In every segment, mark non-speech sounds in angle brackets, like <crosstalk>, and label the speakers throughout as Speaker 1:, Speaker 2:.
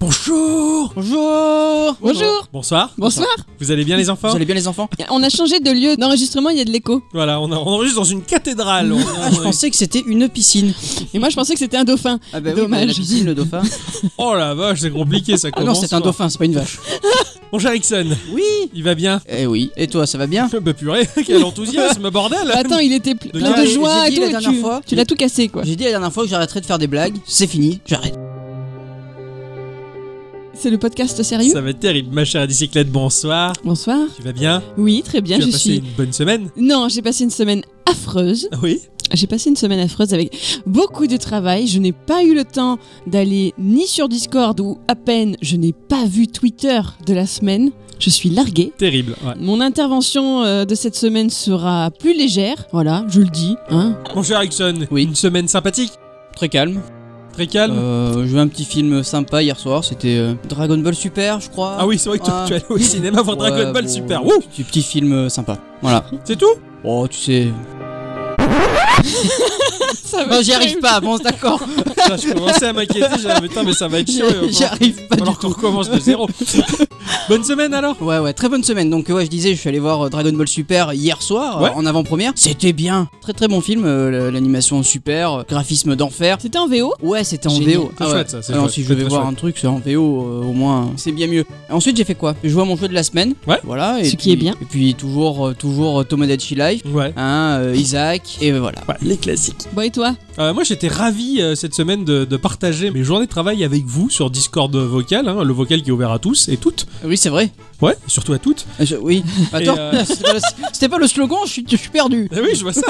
Speaker 1: Bonjour
Speaker 2: Bonjour
Speaker 3: Bonjour
Speaker 1: Bonsoir
Speaker 3: Bonsoir
Speaker 1: Vous allez bien les enfants
Speaker 2: Vous allez bien les enfants
Speaker 3: On a changé de lieu d'enregistrement, il y a de l'écho.
Speaker 1: Voilà, on, a- on enregistre dans une cathédrale. On-
Speaker 2: Ah, je pensais que c'était une piscine.
Speaker 3: Et moi je pensais que c'était un dauphin.
Speaker 2: Ah bah
Speaker 3: oui, Dommage. bah,
Speaker 2: la
Speaker 3: la
Speaker 2: piscine, le dauphin.
Speaker 1: Oh la vache, c'est compliqué ça
Speaker 2: Ah
Speaker 1: commence.
Speaker 2: non, c'est un
Speaker 1: quoi.
Speaker 2: dauphin, c'est pas une vache.
Speaker 1: Mon cher Ixon,
Speaker 2: Oui
Speaker 1: il va bien
Speaker 2: Eh oui. Et toi, ça va bien
Speaker 1: Bah purée, <laughs> quel enthousiasme,
Speaker 2: Bah,
Speaker 1: bordel
Speaker 3: Bah, Attends, il était pl- plein
Speaker 1: Ah,
Speaker 3: de
Speaker 1: j'ai-
Speaker 3: joie
Speaker 2: j'ai
Speaker 3: et
Speaker 2: dit
Speaker 3: tout.
Speaker 2: la
Speaker 3: et
Speaker 2: dernière
Speaker 3: tu
Speaker 2: fois.
Speaker 3: tu l'as tout cassé quoi.
Speaker 2: J'ai dit la dernière fois que j'arrêterais de faire des blagues, c'est fini, j'arrête.
Speaker 3: C'est le podcast sérieux
Speaker 1: Ça va être terrible, ma chère bicyclette, bonsoir.
Speaker 3: Bonsoir.
Speaker 1: Tu vas bien
Speaker 3: Oui, très bien,
Speaker 1: Tu as
Speaker 3: je
Speaker 1: passé
Speaker 3: suis.
Speaker 1: une bonne semaine
Speaker 3: Non, j'ai passé une semaine affreuse.
Speaker 2: Ah
Speaker 1: Oui.
Speaker 3: J'ai passé une semaine affreuse avec beaucoup de travail. Je n'ai pas eu le temps d'aller ni sur Discord ou à peine je n'ai pas vu Twitter de la semaine. Je suis larguée.
Speaker 1: Terrible, ouais.
Speaker 3: Mon intervention euh, de cette semaine sera plus légère. Voilà, je le dis. Hein.
Speaker 1: <laughs> Mon cher Ixon,
Speaker 2: Oui.
Speaker 1: une semaine sympathique,
Speaker 2: Très calme.
Speaker 1: très calme.
Speaker 2: Euh, J'ai vu un petit film sympa hier soir, c'était euh, Dragon Ball Super, je crois.
Speaker 1: Ah oui, c'est vrai que toi,
Speaker 2: Ouais.
Speaker 1: tu es allé au cinéma voir
Speaker 2: Ouais,
Speaker 1: Dragon Ball
Speaker 2: bon,
Speaker 1: Super. Wouh
Speaker 2: Petit, petit film euh, sympa. Voilà.
Speaker 1: C'est tout
Speaker 2: Oh, tu
Speaker 3: <laughs>
Speaker 2: sais.
Speaker 3: Ça va
Speaker 2: Non, j'y
Speaker 3: être
Speaker 2: arrive pas, bon,
Speaker 3: <laughs>
Speaker 2: d'accord.
Speaker 1: Putain, Je commençais à m'inquiéter, j'ai dit, ah, putain, mais ça va être
Speaker 2: J'y
Speaker 1: chiant. il va
Speaker 2: j'y
Speaker 1: falloir-
Speaker 2: arrive pas du
Speaker 1: Alors
Speaker 2: tout.
Speaker 1: qu'on recommence de
Speaker 2: <laughs>
Speaker 1: zéro. bonne semaine alors
Speaker 2: Ouais, ouais, très bonne semaine. Donc, ouais, je disais, je suis allé voir euh, Dragon Ball Super hier soir,
Speaker 1: Ouais.
Speaker 2: euh, en avant-première. C'était bien. Très, très bon film. euh, L'animation super, euh, graphisme d'enfer.
Speaker 3: C'était en VO
Speaker 2: Ouais, c'était en
Speaker 3: Génial.
Speaker 2: VO.
Speaker 1: C'est
Speaker 2: Ah ouais.
Speaker 1: chouette ça, c'est
Speaker 2: Alors,
Speaker 1: chouette,
Speaker 2: si je
Speaker 1: c'est
Speaker 2: vais
Speaker 1: très
Speaker 2: voir
Speaker 1: chouette.
Speaker 2: un truc, c'est en VO, euh, au moins, c'est bien mieux. Ensuite, j'ai fait quoi J'ai joué à mon jeu de la semaine.
Speaker 1: Ouais.
Speaker 2: Voilà. Et
Speaker 3: Ce
Speaker 2: puis-
Speaker 3: qui est bien.
Speaker 2: Et puis, toujours, euh, toujours euh, Tomodachi Life.
Speaker 1: Ouais.
Speaker 2: Hein, euh, Isaac. Et voilà.
Speaker 1: les classiques.
Speaker 3: Bon et toi
Speaker 1: moi j'étais ravi euh, cette semaine de, de partager mes journées de travail avec vous sur Discord vocal, hein, le vocal qui est ouvert à tous et toutes.
Speaker 2: Ah Oui, c'est vrai.
Speaker 1: Ouais, et surtout à toutes.
Speaker 2: Euh, je-
Speaker 1: <laughs>
Speaker 2: Oui. Attends,
Speaker 1: euh,
Speaker 2: <laughs> c'était pas le- c'était pas le slogan, je suis, je suis perdu.
Speaker 1: Ah oui, je <laughs> vois ça.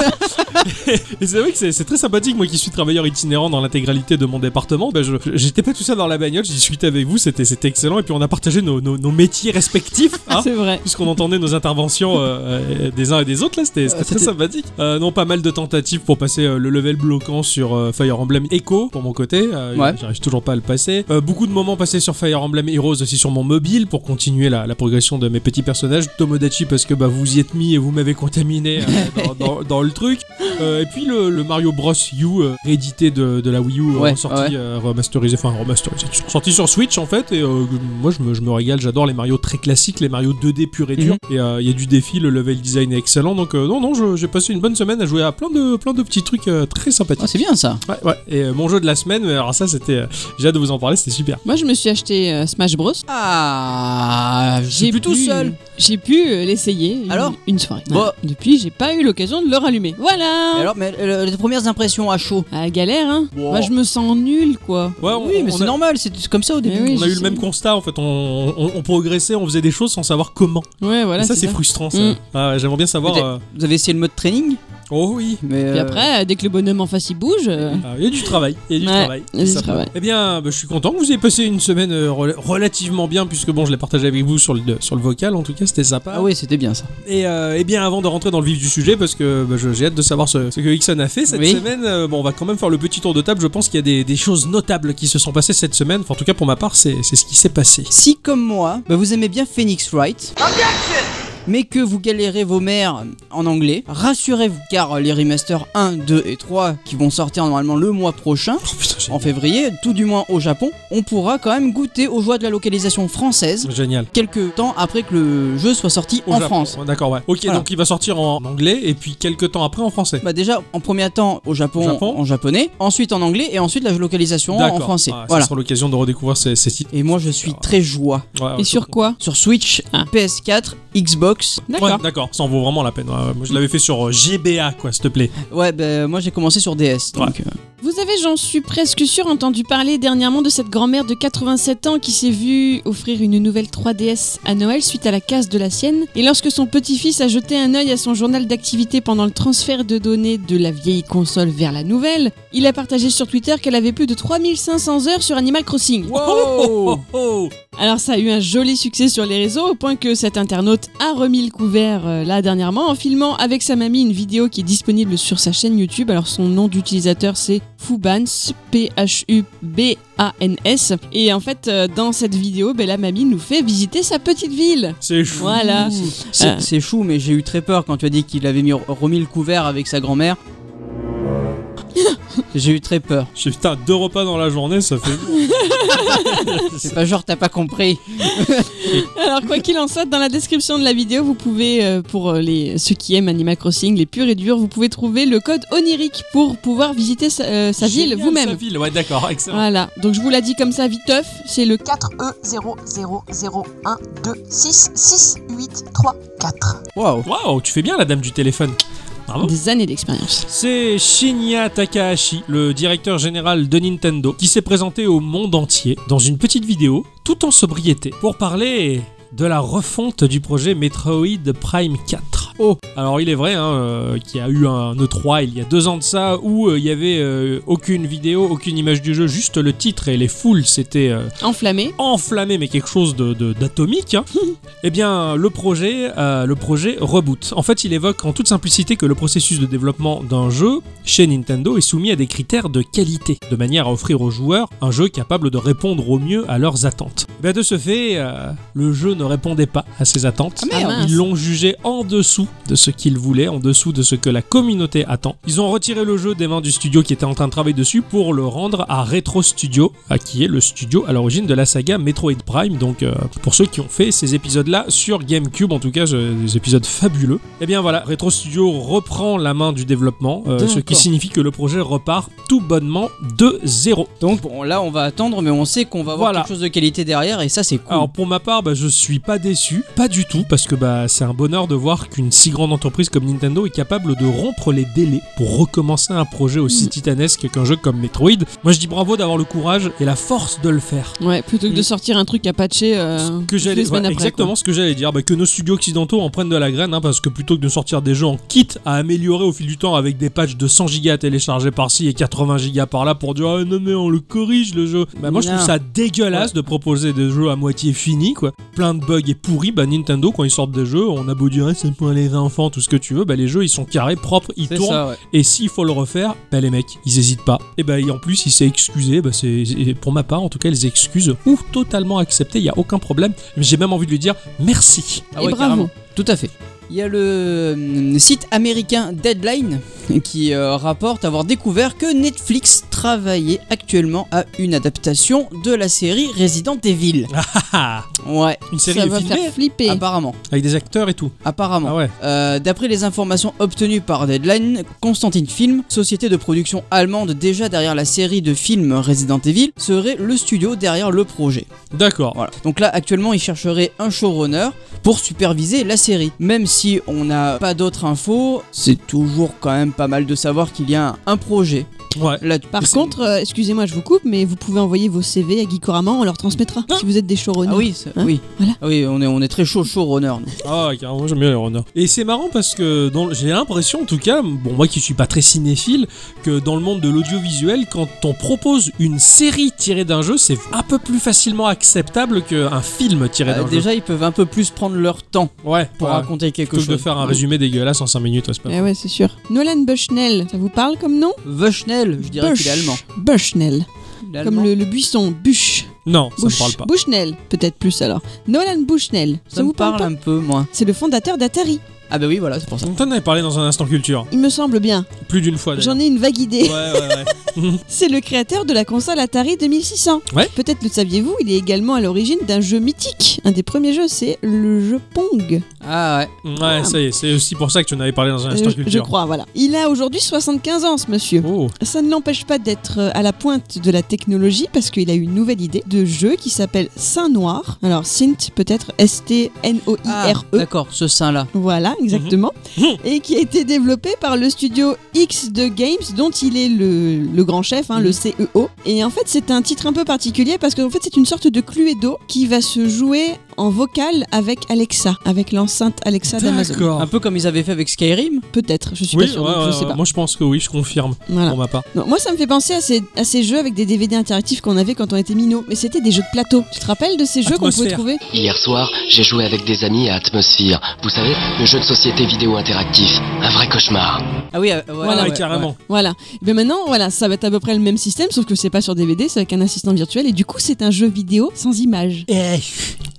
Speaker 1: et c'est vrai que c'est c'est très sympathique, moi qui suis travailleur itinérant dans l'intégralité de mon département. Bah, je- J'étais pas tout seul dans la bagnole, j'ai discuté avec vous, c'était c'était excellent. Et puis on a partagé nos, nos- nos métiers respectifs.
Speaker 2: Ah.
Speaker 1: hein.
Speaker 3: <laughs> C'est vrai.
Speaker 1: puisqu'on entendait nos interventions euh, euh, des uns et des autres là c'était c'était
Speaker 2: Ah,
Speaker 1: très
Speaker 2: c'était-
Speaker 1: sympathique Euh, non pas mal de tentatives pour passer euh, le level bloquant sur euh, Fire Emblem Echo pour mon côté Euh,
Speaker 2: Ouais.
Speaker 1: j'arrive toujours pas à le passer Euh, beaucoup de moments passés sur Fire Emblem Heroes aussi sur mon mobile pour continuer la, la progression de mes petits personnages Tomodachi parce que bah vous y êtes mis et vous m'avez contaminé
Speaker 2: <laughs>
Speaker 1: euh, dans, dans- dans le truc Euh, et puis le, le Mario Bros U euh, réédité de, de la Wii U euh,
Speaker 2: Ouais,
Speaker 1: ressorti
Speaker 2: ouais.
Speaker 1: euh, remasterisé, enfin remasterisé, sur- sorti sur Switch en fait. Et euh, moi je me, je me régale, j'adore les Mario très classiques, les Mario 2D pur et dur. Et euh, il y a du défi, le level design est excellent. Donc euh, non, non, je- j'ai passé une bonne semaine à jouer à plein de, plein de petits trucs euh, très
Speaker 2: Ah,
Speaker 1: sympathiques.
Speaker 2: c'est bien ça.
Speaker 1: Ouais, ouais. Et euh, mon jeu de la semaine, mais alors ça c'était, euh, j'ai hâte de vous en parler, c'était super.
Speaker 3: Moi je me suis acheté euh, Smash Bros.
Speaker 2: Ah, je suis plus tout
Speaker 3: pu-
Speaker 2: seul.
Speaker 3: J'ai pu euh, l'essayer une,
Speaker 2: Alors
Speaker 3: une soirée.
Speaker 2: Bon.
Speaker 3: Ouais. Depuis, j'ai pas eu l'occasion de le rallumer. Voilà.
Speaker 2: Et alors, mais euh, les premières impressions à chaud.
Speaker 3: Ah, galère hein.
Speaker 2: Bon.
Speaker 3: Moi je me sens nul quoi.
Speaker 1: Ouais, on-
Speaker 2: oui, mais
Speaker 1: on
Speaker 2: c'est
Speaker 1: a-
Speaker 2: normal, c'est c'est comme ça au
Speaker 3: Mais
Speaker 2: début.
Speaker 3: oui,
Speaker 1: On a
Speaker 3: je
Speaker 1: eu le
Speaker 3: sais.
Speaker 1: même constat en fait, on, on- on progressait, on faisait des choses sans savoir comment.
Speaker 3: Ouais voilà.
Speaker 1: Et ça
Speaker 3: c'est
Speaker 1: c'est
Speaker 3: ça.
Speaker 1: frustrant ça.
Speaker 3: Mm.
Speaker 1: Ah, J'aimerais bien savoir.
Speaker 2: Mais t'es-
Speaker 1: euh,
Speaker 2: Vous avez essayé le mode training,
Speaker 1: Oh oui,
Speaker 2: mais
Speaker 3: Puis
Speaker 2: euh,
Speaker 3: après, euh, dès que le bonhomme en face il bouge. euh,
Speaker 1: Ah, Il y a du travail, il y a du
Speaker 3: Ouais,
Speaker 1: travail.
Speaker 3: il y a du
Speaker 1: Ça
Speaker 3: travail.
Speaker 1: peut. Eh bien, bah, je suis content que vous ayez passé une semaine euh, rela- relativement bien, puisque bon, je l'ai partagé avec vous sur le, sur le vocal, en tout cas, c'était sympa.
Speaker 2: Ah oui, c'était bien ça.
Speaker 1: Et euh, eh bien, avant de rentrer dans le vif du sujet, parce que bah, je- j'ai hâte de savoir ce, ce que Ixon a fait cette
Speaker 2: Oui.
Speaker 1: semaine, euh, bon, on va quand même faire le petit tour de table. Je pense qu'il y a des, des choses notables qui se sont passées cette semaine. Enfin, en tout cas, pour ma part, c'est c'est ce qui s'est passé.
Speaker 2: Si comme moi, bah, vous aimez bien Phoenix Wright, mais que vous galérez vos mères en anglais, rassurez-vous car les remasters 1, 2 et 3 qui vont sortir normalement le mois prochain,
Speaker 1: Oh, putain, j'ai-
Speaker 2: en février, tout du moins au Japon, on pourra quand même goûter aux joies de la localisation française
Speaker 1: Génial.
Speaker 2: quelques temps après que le jeu soit sorti
Speaker 1: Au
Speaker 2: en
Speaker 1: Japon.
Speaker 2: France.
Speaker 1: Oh, D'accord, ouais. Ok,
Speaker 2: Voilà.
Speaker 1: donc il va sortir en anglais, et puis quelques temps après en français.
Speaker 2: Bah déjà en premier temps au Japon,
Speaker 1: Japon.
Speaker 2: en japonais, ensuite en anglais et ensuite la localisation en
Speaker 1: D'accord.
Speaker 2: français.
Speaker 1: Ah, ça
Speaker 2: voilà.
Speaker 1: sera l'occasion de redécouvrir ces, ces titres.
Speaker 2: Et moi je suis
Speaker 1: Ah.
Speaker 2: très joie
Speaker 1: Ouais, ouais,
Speaker 3: Et sur quoi
Speaker 2: sur Switch,
Speaker 3: Ah.
Speaker 2: PS4, Xbox.
Speaker 3: D'accord.
Speaker 1: Ouais, d'accord, ça en vaut vraiment la peine. Ouais, ouais, moi je l'avais fait sur euh, GBA, quoi, s'il te plaît.
Speaker 2: Ouais, bah moi j'ai commencé sur DS. Donc, euh,
Speaker 3: Vous avez, j'en suis presque sûr, entendu parler dernièrement de cette grand-mère de 87 ans qui s'est vue offrir une nouvelle 3DS à Noël suite à la casse de la sienne. Et lorsque son petit-fils a jeté un œil à son journal d'activité pendant le transfert de données de la vieille console vers la nouvelle, il a partagé sur Twitter qu'elle avait plus de 3500 heures sur Animal Crossing.
Speaker 1: Oh, oh, oh.
Speaker 3: Alors ça a eu un joli succès sur les réseaux au point que cet internaute a remis le couvert euh, là dernièrement en filmant avec sa mamie une vidéo qui est disponible sur sa chaîne YouTube. Alors son nom d'utilisateur c'est Fubans P H U B A N S et en fait euh, dans cette vidéo ben, la mamie nous fait visiter sa petite ville.
Speaker 1: C'est chou.
Speaker 3: Voilà.
Speaker 2: <laughs> c'est
Speaker 3: Ah.
Speaker 2: c'est chou,
Speaker 3: <laughs>
Speaker 2: mais j'ai eu très peur quand tu as dit qu'il avait mis, remis le couvert avec sa grand-mère. J'ai eu très peur.
Speaker 1: Je fais, putain, deux repas dans la journée, ça fait.
Speaker 2: C'est pas genre t'as pas compris.
Speaker 3: Alors quoi qu'il en soit, dans la description de la vidéo, vous pouvez, euh, pour euh, les, ceux qui aiment Animal Crossing, les purs et durs, vous pouvez trouver le code onirique pour pouvoir visiter sa, euh, sa ville
Speaker 1: Génial, Sa
Speaker 3: vous-même.
Speaker 1: ville, ouais, d'accord, excellent.
Speaker 3: Voilà, donc je vous la dis comme ça, viteuf, c'est le
Speaker 4: 4 E 0 0 0 1 2 6 6 8 3 4.
Speaker 2: Waouh.
Speaker 1: Waouh, tu fais bien la dame du téléphone. Bravo.
Speaker 2: Oh.
Speaker 3: des années d'expérience.
Speaker 1: C'est Shinya Takahashi, le directeur général de Nintendo, qui s'est présenté au monde entier dans une petite vidéo, tout en sobriété, pour parler de la refonte du projet Metroid Prime 4.
Speaker 2: Oh.
Speaker 1: Alors il est vrai hein, euh, qu'il y a eu un E3 il y a deux ans de ça où euh, il y avait euh, aucune vidéo, aucune image du jeu, juste le titre et les foules c'était euh,
Speaker 3: Enflammé.
Speaker 1: enflammé, mais quelque chose de- de- d'atomique, hein, eh bien, le projet, euh, le projet reboot. En fait, il évoque en toute simplicité que le processus de développement d'un jeu chez Nintendo est soumis à des critères de qualité, de manière à offrir aux joueurs un jeu capable de répondre au mieux à leurs attentes. Eh bien, de ce fait, euh, le jeu ne répondait pas à ces attentes.
Speaker 2: Ah, merde.
Speaker 3: mince.
Speaker 1: Ils l'ont jugé en dessous de ce qu'ils voulaient, en dessous de ce que la communauté attend. Ils ont retiré le jeu des mains du studio qui était en train de travailler dessus pour le rendre à Retro Studio, à qui est le studio à l'origine de la saga Metroid Prime. Donc euh, pour ceux qui ont fait ces épisodes-là sur GameCube, en tout cas euh, des épisodes fabuleux. Et bien voilà, Retro Studio reprend la main du développement, euh, ce qui
Speaker 2: D'accord.
Speaker 1: signifie que le projet repart tout bonnement de zéro.
Speaker 2: Donc bon, là on va attendre, mais on sait qu'on va avoir
Speaker 1: Voilà.
Speaker 2: quelque chose de qualité derrière et ça c'est cool.
Speaker 1: Alors pour ma part, bah, je suis pas déçu, pas du tout, parce que bah, c'est un bonheur de voir qu'une si grande entreprise comme Nintendo est capable de rompre les délais pour recommencer un projet aussi titanesque qu'un jeu comme Metroid. Moi je dis bravo d'avoir le courage et la force de le faire.
Speaker 3: Ouais, plutôt que de
Speaker 2: Mm.
Speaker 3: sortir un truc à patcher euh,
Speaker 1: Ce
Speaker 3: toutes les
Speaker 1: ouais,
Speaker 3: semaines après.
Speaker 1: exactement ce que j'allais dire, bah, que nos studios occidentaux en prennent de la graine, hein, parce que plutôt que de sortir des jeux en kit à améliorer au fil du temps avec des patchs de 100 gigas à télécharger par-ci et 80 gigas par-là pour dire ah non mais on le corrige le jeu. Bah, moi je
Speaker 2: Non.
Speaker 1: trouve ça dégueulasse de proposer des jeux à moitié finis quoi, plein de bugs et pourris. Bah Nintendo quand ils sortent des jeux, on a beau dire Ah, c'est pour les enfants tout ce que tu veux, bah les jeux ils sont carrés, propres, ils
Speaker 2: C'est
Speaker 1: tournent
Speaker 2: ça, ouais.
Speaker 1: et s'il faut le refaire, bah les mecs, ils hésitent pas. Et bah et en plus, il s'est excusé, bah c'est et pour ma part en tout cas les excuses ou totalement acceptées, il y a aucun problème. J'ai même envie de lui dire merci. <laughs>
Speaker 2: Ah
Speaker 3: Et
Speaker 2: ouais,
Speaker 3: bravo.
Speaker 2: carrément. Tout à fait. Il y a le hum, site américain Deadline qui euh, rapporte avoir découvert que Netflix travaillait actuellement à une adaptation de la série Resident Evil.
Speaker 1: Ah,
Speaker 2: Ouais,
Speaker 1: une série
Speaker 3: Ça
Speaker 1: est
Speaker 3: va
Speaker 1: filmée
Speaker 3: faire flipper.
Speaker 2: apparemment.
Speaker 1: avec des acteurs et tout.
Speaker 2: Apparemment.
Speaker 1: Ah ouais.
Speaker 2: Euh, D'après les informations obtenues par Deadline, Constantine Film, société de production allemande déjà derrière la série de films Resident Evil, serait le studio derrière le projet.
Speaker 1: D'accord.
Speaker 2: Voilà. Donc là, actuellement, il chercherait un showrunner pour superviser la série. Même si on n'a pas d'autres infos, c'est toujours quand même pas mal de savoir qu'il y a un, un projet. Ah
Speaker 1: Ouais.
Speaker 2: Là,
Speaker 3: Par
Speaker 2: c'est-
Speaker 3: contre, euh, excusez-moi, je vous coupe, mais vous pouvez envoyer vos CV à Guy Coraman, on leur transmettra. Si vous êtes des showrunners.
Speaker 2: ah oui, c'est-
Speaker 3: Hein,
Speaker 2: oui,
Speaker 3: voilà.
Speaker 2: Ah oui, on est, on est très chaud showrunner. nous.
Speaker 1: Ah ouais, carrément, j'aime bien les renards. Et c'est marrant parce que dans- j'ai l'impression en tout cas, bon moi qui suis pas très cinéphile, que dans le monde de l'audiovisuel, quand on propose une série tirée d'un jeu, c'est un peu plus facilement acceptable qu'un film tiré d'un
Speaker 2: Euh,
Speaker 1: jeu.
Speaker 2: déjà, ils peuvent un peu plus prendre leur temps
Speaker 1: ouais,
Speaker 2: pour
Speaker 1: ouais.
Speaker 2: raconter quelque
Speaker 1: Plutôt
Speaker 2: chose.
Speaker 1: que de faire un résumé dégueulasse en 5 minutes, ouais, c'est pas
Speaker 3: Eh ouais, c'est sûr. Nolan Bushnell, ça vous parle comme nom
Speaker 2: Vöchnel, je dirais qu'il est
Speaker 3: Bush-
Speaker 2: allemand.
Speaker 3: Bushnell.
Speaker 2: Il est allemand.
Speaker 3: Comme le, le buisson, bûche.
Speaker 1: Non, ça
Speaker 3: Bush.
Speaker 1: me parle pas.
Speaker 3: Bushnell, peut-être plus alors. Nolan Bushnell, ça,
Speaker 2: Ça, me
Speaker 3: vous parle,
Speaker 2: parle, un peu, moi.
Speaker 3: pas C'est le fondateur d'Atari,
Speaker 2: Ah bah oui, voilà, c'est pour ça.
Speaker 1: On t'en avait parlé dans un instant culture,
Speaker 3: il me semble bien.
Speaker 1: plus d'une fois d'ailleurs.
Speaker 3: J'en ai une vague idée.
Speaker 1: Ouais, ouais, ouais.
Speaker 3: <laughs> C'est le créateur de la console Atari 2600.
Speaker 1: Ouais.
Speaker 3: Peut-être le saviez-vous, il est également à l'origine d'un jeu mythique. Un des premiers jeux, c'est le jeu Pong.
Speaker 2: Ah ouais.
Speaker 1: Ouais, ça y est, c'est aussi pour ça que tu en avais parlé dans un
Speaker 3: Euh,
Speaker 1: instant
Speaker 3: je- je
Speaker 1: culture.
Speaker 3: crois, voilà. Il a aujourd'hui 75 ans, ce monsieur.
Speaker 1: Oh,
Speaker 3: Ça ne l'empêche pas d'être euh, à la pointe de la technologie parce qu'il a eu une nouvelle idée de jeu qui s'appelle Saint Noir. Alors, Synth, peut-être
Speaker 2: Ah,
Speaker 3: S-T-N-O-I-R-E.
Speaker 2: D'accord, ce sein-là.
Speaker 3: Voilà,
Speaker 1: Mhm.
Speaker 3: exactement. Et qui a été développé par le studio X2 Games, dont il est le, le grand chef, hein, le
Speaker 2: Mhm.
Speaker 3: CEO. Et en fait, c'est un titre un peu particulier parce qu'en fait, c'est une sorte de Cluedo qui va se jouer en vocal avec Alexa, avec l'enceinte Alexa d'Amazon.
Speaker 1: d'accord.
Speaker 2: Un peu comme ils avaient fait avec Skyrim.
Speaker 3: Peut-être, je suis
Speaker 1: Oui,
Speaker 3: pas sûre,
Speaker 1: ouais,
Speaker 3: donc
Speaker 1: ouais,
Speaker 3: je sais
Speaker 1: ouais.
Speaker 3: pas.
Speaker 1: moi je Ah. pense que oui, je confirme
Speaker 3: Voilà.
Speaker 1: pour ma part.
Speaker 3: Non, moi, ça me fait penser à ces, à ces jeux avec des DVD interactifs qu'on avait quand on était minot. Mais c'était des jeux de plateau. Tu te rappelles de ces jeux qu'on pouvait
Speaker 1: Atmosphère.
Speaker 3: trouver
Speaker 5: Hier soir, j'ai joué avec des amis à Atmosphere. Vous savez, le jeu de société vidéo interactif. Un vrai cauchemar.
Speaker 2: Ah oui, euh, ouais,
Speaker 1: Ouais,
Speaker 2: ouais,
Speaker 1: carrément.
Speaker 3: Voilà. Mais maintenant, voilà, ça va être à peu près le même système, sauf que c'est pas sur DVD, c'est avec un assistant virtuel. Et du coup, c'est un jeu vidéo sans image.
Speaker 1: Eh,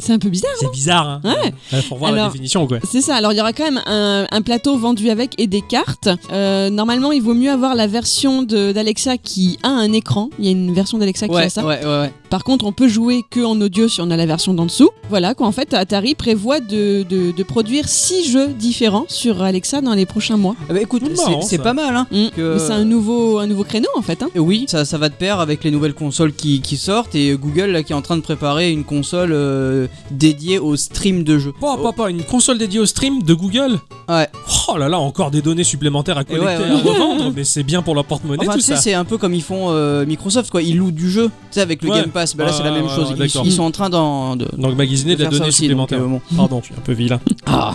Speaker 3: C'est un peu bizarre.
Speaker 1: C'est bizarre, hein.
Speaker 3: Ouais.
Speaker 1: Euh, Faut voir la
Speaker 3: Alors-
Speaker 1: définition, quoi.
Speaker 3: C'est ça, alors il y aura quand même un, un plateau vendu avec et des cartes. Euh, normalement, il vaut mieux avoir la version de- d'Alexa qui a un écran. Il y a une version d'Alexa qui
Speaker 2: Ouais,
Speaker 3: a ça.
Speaker 2: ouais, ouais, ouais.
Speaker 3: Par contre, on peut jouer que en audio si on a la version d'en dessous. Voilà, quoi. En fait, Atari prévoit de, de- de produire six jeux différents sur Alexa dans les prochains mois.
Speaker 2: Ah bah, écoute,
Speaker 1: C'est
Speaker 2: c'est-
Speaker 1: marrant,
Speaker 2: c'est
Speaker 1: ça.
Speaker 2: pas mal, hein.
Speaker 3: Mm.
Speaker 2: Que-
Speaker 3: Mais c'est un nouveau, un nouveau créneau, en fait. hein.
Speaker 2: Et Oui, ça, ça va de pair avec les nouvelles consoles qui, qui sortent et Google là, qui est en train de préparer une console euh, dédiée au stream de jeux.
Speaker 1: Pas, pas, pas, une console dédiée au stream de Google
Speaker 2: Ouais.
Speaker 1: Oh là là, encore des données supplémentaires à
Speaker 2: Et ouais,
Speaker 1: collecter,
Speaker 2: ouais.
Speaker 1: à
Speaker 2: <laughs>
Speaker 1: revendre, mais c'est bien pour leur porte-monnaie
Speaker 2: Enfin,
Speaker 1: tout
Speaker 2: tu sais,
Speaker 1: ça.
Speaker 2: c'est un peu comme ils font euh, Microsoft, quoi. Ils louent du jeu, tu sais, avec le
Speaker 1: Ouais.
Speaker 2: Game Pass. Bah, là, c'est la
Speaker 1: Ouais,
Speaker 2: même
Speaker 1: ouais,
Speaker 2: chose.
Speaker 1: ouais,
Speaker 2: Ils-
Speaker 1: d'accord.
Speaker 2: ils, sont en train d'en. de-
Speaker 1: Donc magasiner
Speaker 2: de
Speaker 1: de la
Speaker 2: faire ça
Speaker 1: donnée
Speaker 2: aussi, donc,
Speaker 1: supplémentaire.
Speaker 2: euh, bon.
Speaker 1: Pardon, je suis un peu vilain.
Speaker 2: Ah.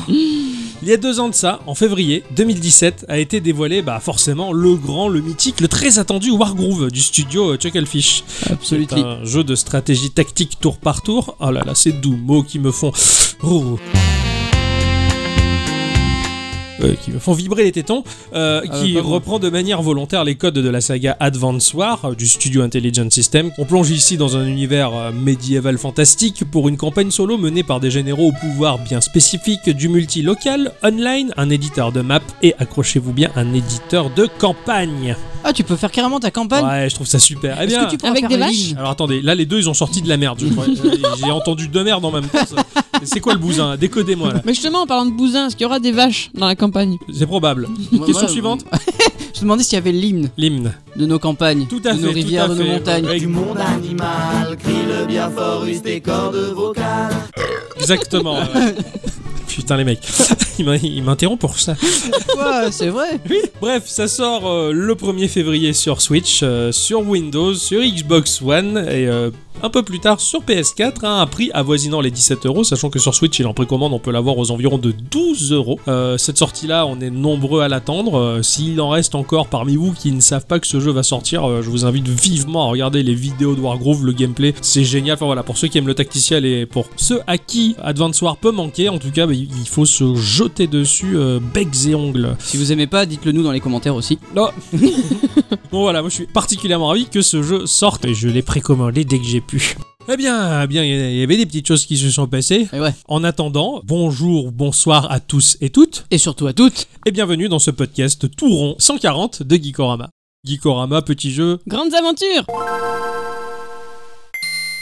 Speaker 1: Il y a deux ans de ça, en février 2017, a été dévoilé bah, forcément le grand, le mythique, le très attendu Wargroove du studio euh, Chucklefish.
Speaker 2: Absolument.
Speaker 1: C'est un jeu de stratégie tactique tour par tour. Oh là là, ces doux mots qui me font. Oh. Euh, qui me font vibrer les tétons, euh,
Speaker 2: Ah,
Speaker 1: qui
Speaker 2: bah, pardon.
Speaker 1: reprend de manière volontaire les codes de la saga Advance War euh, du studio Intelligent System. On plonge ici dans un univers euh, médiéval fantastique pour une campagne solo menée par des généraux au pouvoir bien spécifique, du multi-local, online, un éditeur de map et accrochez-vous bien, un éditeur de campagne.
Speaker 2: Ah, tu peux faire carrément ta campagne
Speaker 1: Ouais, je trouve ça super. Eh
Speaker 2: Est-ce
Speaker 1: bien,
Speaker 2: que tu pourras
Speaker 3: Avec
Speaker 2: faire
Speaker 3: des
Speaker 2: la
Speaker 3: vaches
Speaker 2: ligne
Speaker 1: alors attendez, là les deux ils ont sorti de la merde, je crois. <laughs> Euh, J'ai entendu deux merdes en même temps. ça. C'est quoi le bousin là Décodez-moi là.
Speaker 3: Mais justement, en parlant de bousin, est-ce qu'il y aura des vaches dans la campagne
Speaker 1: C'est probable. Question suivante.
Speaker 2: <laughs> Je me demandais s'il y avait l'hymne
Speaker 1: L'hymne.
Speaker 2: de nos campagnes,
Speaker 1: Tout à
Speaker 2: de
Speaker 1: fait.
Speaker 2: nos
Speaker 1: tout
Speaker 2: rivières,
Speaker 1: à
Speaker 2: de
Speaker 1: fait.
Speaker 2: nos montagnes.
Speaker 1: Ouais,
Speaker 6: Du monde animal, crie le bien fort, use tes cordes vocales.
Speaker 1: Exactement. <laughs> ouais. Putain les mecs, <laughs> Ils m'in- ils m'interrompent pour ça.
Speaker 2: Ouais, c'est vrai.
Speaker 1: Bref, ça sort euh, le 1er février sur Switch, euh, sur Windows, sur Xbox One et euh, un peu plus tard sur PS4 à hein, un prix avoisinant les 17 euros, sachant que sur Switch, il est en précommande, on peut l'avoir aux environs de 12 euros. Euh, Cette sortie-là, on est nombreux à l'attendre. Euh, S'il en reste encore parmi vous qui ne savent pas que ce jeu va sortir, euh, je vous invite vivement à regarder les vidéos de Wargroove, le gameplay, c'est génial. Enfin voilà, pour ceux qui aiment le tacticiel et pour ceux à qui Advance War peut manquer, en tout cas, bah, il faut se jeter dessus euh, becs et ongles.
Speaker 2: Si vous aimez pas, dites-le nous dans les commentaires aussi.
Speaker 1: Bon voilà, moi je suis particulièrement ravi que ce jeu sorte et je l'ai précommandé dès que j'ai pu. Eh bien, eh bien, il y avait des petites choses qui se sont passées.
Speaker 2: Et ouais.
Speaker 1: En attendant, bonjour, bonsoir à tous et toutes,
Speaker 2: Et surtout à toutes.
Speaker 1: et bienvenue dans ce podcast tout rond 140 de Geekorama. Geekorama, petit jeu.
Speaker 3: Grandes aventures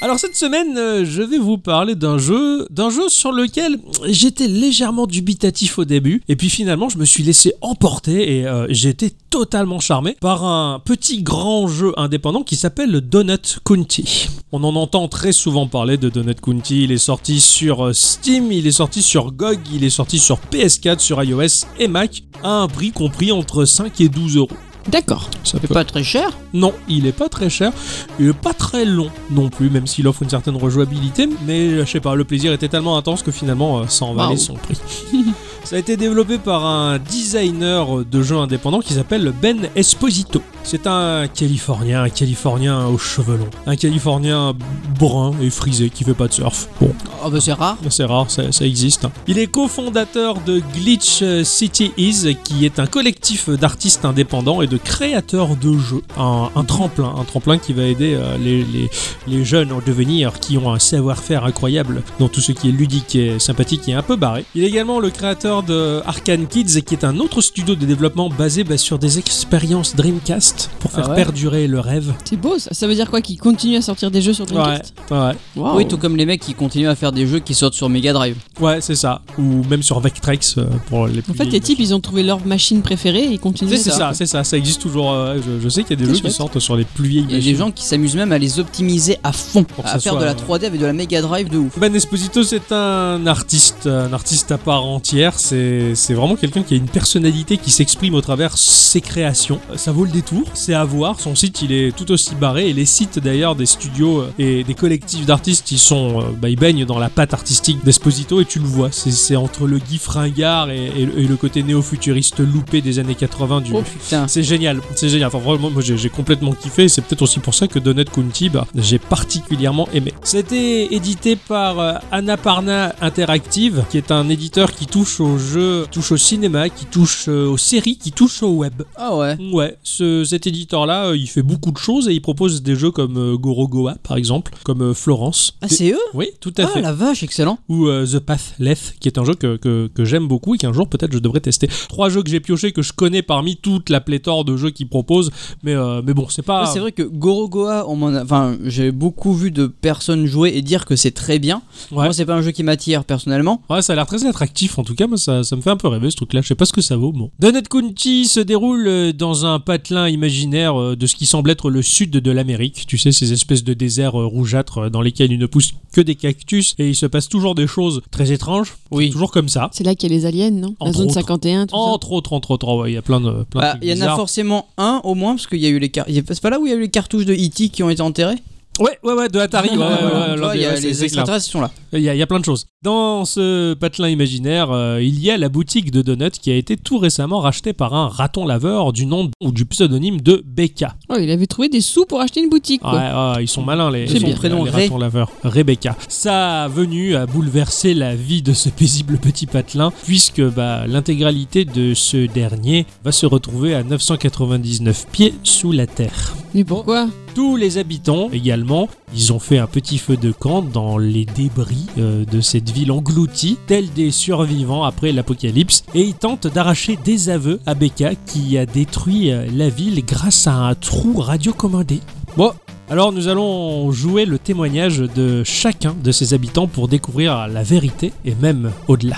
Speaker 1: Alors cette semaine, euh, je vais vous parler d'un jeu, d'un jeu sur lequel j'étais légèrement dubitatif au début, et puis finalement, je me suis laissé emporter et euh, j'ai été totalement charmé par un petit grand jeu indépendant qui s'appelle Donut County. On en entend très souvent parler de Donut County. Il est sorti sur euh, Steam, il est sorti sur GOG, il est sorti sur PS4, sur iOS et Mac à un prix compris entre 5 et 12 euros.
Speaker 3: D'accord.
Speaker 1: Ça
Speaker 2: C'est pas très cher.
Speaker 1: non, il est pas très cher, il est pas très long non plus, même s'il offre une certaine rejouabilité, mais je sais pas, le plaisir était tellement intense que finalement euh, ça en valait
Speaker 2: Waouh.
Speaker 1: son prix. <laughs> ça a été développé par un designer de jeux indépendant qui s'appelle Ben Esposito. C'est un Californien, un Californien aux cheveux longs, un Californien brun et frisé qui fait pas de surf. Bon,
Speaker 2: Oh bah c'est rare.
Speaker 1: c'est rare, ça, ça existe. hein. Il est cofondateur de Glitch City Is, qui est un collectif d'artistes indépendants et de créateurs de jeux. Un, un tremplin, un tremplin qui va aider euh, les, les- les jeunes en devenir, qui ont un savoir-faire incroyable dans tout ce qui est ludique et sympathique et un peu barré. Il est également le créateur de Arkane Kids, qui est un autre studio de développement basé bah, sur des expériences Dreamcast pour
Speaker 2: Ah
Speaker 1: faire
Speaker 2: ouais
Speaker 1: perdurer le rêve.
Speaker 3: C'est beau ça. Ça veut dire quoi Qu'ils continuent à sortir des jeux sur Dreamcast
Speaker 1: ouais.
Speaker 3: Waouh.
Speaker 2: Oui, tout comme les mecs qui continuent à faire des jeux qui sortent sur Mega Drive.
Speaker 1: Ouais, c'est ça. Ou même sur Vectrex euh, pour les plus
Speaker 3: En fait, les
Speaker 1: vieilles
Speaker 3: types, ils ont trouvé leur machine préférée et ils continuent
Speaker 1: C'est c'est
Speaker 3: ça.
Speaker 1: ça, c'est ça, ça existe toujours. euh, je, je sais qu'il y a des
Speaker 3: C'est
Speaker 1: jeux
Speaker 3: chouette.
Speaker 1: qui sortent sur les plus vieilles
Speaker 2: Il y a des
Speaker 1: machines.
Speaker 2: gens qui s'amusent même à les optimiser à fond,
Speaker 1: que
Speaker 2: à
Speaker 1: ça
Speaker 2: faire
Speaker 1: soit-
Speaker 2: de la 3D avec de la Mega Drive de ouf.
Speaker 1: Ben Esposito, c'est un artiste, un artiste à part entière. C'est c'est vraiment quelqu'un qui a une personnalité qui s'exprime au travers ses créations. Euh, Ça vaut le détour, c'est à voir. Son site, il est tout aussi barré. Et les sites d'ailleurs des studios euh, et des collectifs d'artistes, ils sont, euh, bah, ils baignent dans la patte artistique d'Esposito et tu le vois. C'est- C'est entre le gif ringard et, et le- et le côté néo-futuriste loupé des années 80 du,
Speaker 2: Oh putain.
Speaker 1: Ah, C'est génial, c'est génial. Enfin, vraiment, moi j'ai j'ai complètement kiffé. C'est peut-être aussi pour ça que Donut County, bah, j'ai particulièrement aimé. C'était édité par euh, Annapurna Interactive, qui est un éditeur qui touche aux aux jeux, qui touche au cinéma, qui touche euh, aux séries, qui touche au web.
Speaker 2: Ah ouais.
Speaker 1: Ouais, ce- cet éditeur-là, euh, il fait beaucoup de choses et il propose des jeux comme euh, Gorogoa, par exemple, comme euh, Florence.
Speaker 2: Ah, c'est eux
Speaker 1: Oui, tout à
Speaker 2: Ah
Speaker 1: fait.
Speaker 2: la vache, excellent.
Speaker 1: Ou euh, The Path Left, qui est un jeu que, que- que j'aime beaucoup et qu'un jour peut-être je devrais tester. Trois jeux que j'ai piochés que je connais parmi toute la pléthore de jeux qu'ils proposent, mais, euh, mais bon, c'est pas.
Speaker 2: Ouais, c'est vrai que Gorogoa, on m'en a- enfin, j'ai beaucoup vu de personnes jouer et dire que c'est très bien.
Speaker 1: Ouais.
Speaker 2: Moi, c'est pas un jeu qui m'attire personnellement.
Speaker 1: Ouais, ça a l'air très attractif en tout cas, moi ça, ça me fait un peu rêver ce truc-là, je sais pas ce que ça vaut. Bon. Donut County se déroule euh, dans un patelin imaginaire euh, de ce qui semble être le sud de l'Amérique, tu sais, ces espèces de déserts euh, rougeâtres euh, dans lesquels il ne pousse que des cactus et il se passe toujours des choses très étranges,
Speaker 2: Oui.
Speaker 1: toujours comme ça.
Speaker 3: C'est là qu'il y a les aliens, non La
Speaker 1: Entre
Speaker 3: zone
Speaker 1: autres.
Speaker 3: 51, tout
Speaker 1: Entre autres, entre autres, oh ouais, il y a plein de. Plein de
Speaker 2: Bah,
Speaker 1: trucs
Speaker 2: Il y en a
Speaker 1: bizarres.
Speaker 2: forcément un au moins parce qu'il y a eu les car- il y a- C'est pas là où il y a eu les cartouches de E.T. qui ont été enterrées
Speaker 1: Ouais, ouais, ouais, de Atari.
Speaker 2: <laughs>
Speaker 1: Ouais, ouais, ouais,
Speaker 2: Tu vois, il y a
Speaker 1: ouais, c'est-
Speaker 2: les
Speaker 1: c'est clair.
Speaker 2: extraterrestres qui sont là.
Speaker 1: Il y, a, il y a plein de choses. Dans ce patelin imaginaire, euh, il y a la boutique de donuts qui a été tout récemment rachetée par un raton laveur du nom ou du pseudonyme de Becca.
Speaker 3: ça. Oh, il avait trouvé des sous pour acheter une boutique,
Speaker 1: Ouais,
Speaker 3: quoi.
Speaker 1: ouais, ils sont malins les,
Speaker 3: C'est
Speaker 1: les-
Speaker 3: bien.
Speaker 1: les
Speaker 2: Prénom, Ray.
Speaker 1: ratons laveurs. Rebecca. Sa venue a bouleversé la vie de ce paisible petit patelin puisque bah, l'intégralité de ce dernier va se retrouver à 999 pieds sous la terre.
Speaker 3: Mais pourquoi
Speaker 1: Tous les habitants également, ils ont fait un petit feu de camp dans les débris euh, de cette ville engloutie, tels des survivants après l'apocalypse, et ils tentent d'arracher des aveux à Becca qui a détruit euh, la ville grâce à un trou radiocommandé. Bon, alors nous allons jouer le témoignage de chacun de ces habitants pour découvrir la vérité et même au-delà.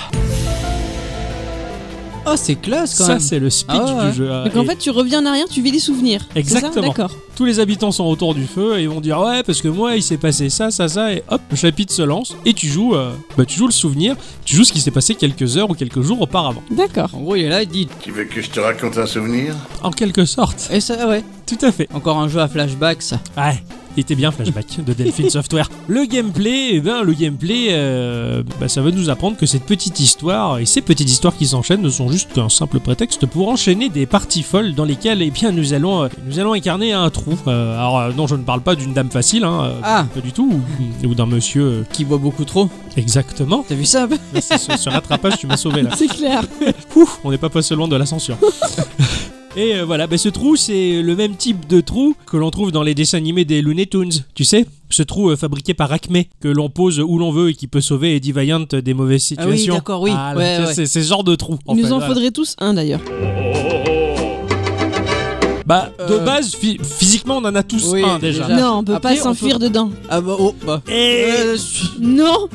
Speaker 2: Ah, c'est classe quand
Speaker 1: Ça
Speaker 2: même.
Speaker 1: c'est le speech
Speaker 2: Ah ouais.
Speaker 1: du jeu.
Speaker 3: Donc en
Speaker 1: Et-
Speaker 3: fait, tu reviens en arrière, tu vis des souvenirs. c'est ça
Speaker 1: Exactement.
Speaker 3: D'accord.
Speaker 1: Tous les habitants sont autour du feu et vont dire ouais parce que moi il s'est passé ça ça ça et hop le chapitre se lance et tu joues euh, bah, tu joues le souvenir tu joues ce qui s'est passé quelques heures ou quelques jours auparavant
Speaker 3: D'accord.
Speaker 2: En gros, il est là, il dit.
Speaker 7: Tu veux que je te raconte un souvenir
Speaker 1: en quelque sorte <laughs>
Speaker 2: Et ça, ouais.
Speaker 1: tout à fait
Speaker 2: Encore un jeu à flashback, ça.
Speaker 1: ouais il était bien Flashback de Delphine Software. Le gameplay, eh ben, le gameplay euh, bah, ça va nous apprendre que cette petite histoire et ces petites histoires qui s'enchaînent ne sont juste qu'un simple prétexte pour enchaîner des parties folles dans lesquelles eh bien, nous, allons, euh, nous allons incarner un trou. Euh, alors euh, non, je ne parle pas d'une dame facile, hein, euh,
Speaker 2: Ah,
Speaker 1: pas du tout, ou- ou d'un monsieur euh,
Speaker 2: qui boit beaucoup trop.
Speaker 1: Exactement.
Speaker 2: T'as vu ça un peu
Speaker 1: Là, c'est ce, ce rattrapage, tu m'as sauvé
Speaker 2: <laughs>
Speaker 1: là.
Speaker 3: C'est clair.
Speaker 1: Ouf, on n'est pas passé loin de la censure. <laughs> Et euh, voilà, bah, ce trou, c'est le même type de trou que l'on trouve dans les dessins animés des Looney Tunes, tu sais Ce trou euh, fabriqué par Acme, que l'on pose où l'on veut et qui peut sauver Eddie Valiant des mauvaises
Speaker 2: Ah oui,
Speaker 1: situations.
Speaker 2: d'accord, oui.
Speaker 1: Ah, là,
Speaker 2: Ouais,
Speaker 1: tu sais,
Speaker 2: ouais.
Speaker 1: C'est c'est ce genre de trou. en
Speaker 3: Il nous
Speaker 1: fait,
Speaker 3: en
Speaker 1: voilà.
Speaker 3: faudrait tous un d'ailleurs.
Speaker 1: Bah, de
Speaker 2: Euh.
Speaker 1: base, phy- physiquement, on en a tous
Speaker 2: Oui,
Speaker 1: un déjà.
Speaker 2: déjà. Ah,
Speaker 3: Non, on peut
Speaker 2: après,
Speaker 3: pas
Speaker 2: on
Speaker 3: s'enfuir dedans.
Speaker 2: Ah bah, oh, bah.
Speaker 1: Et
Speaker 2: Euh, su-
Speaker 3: Non,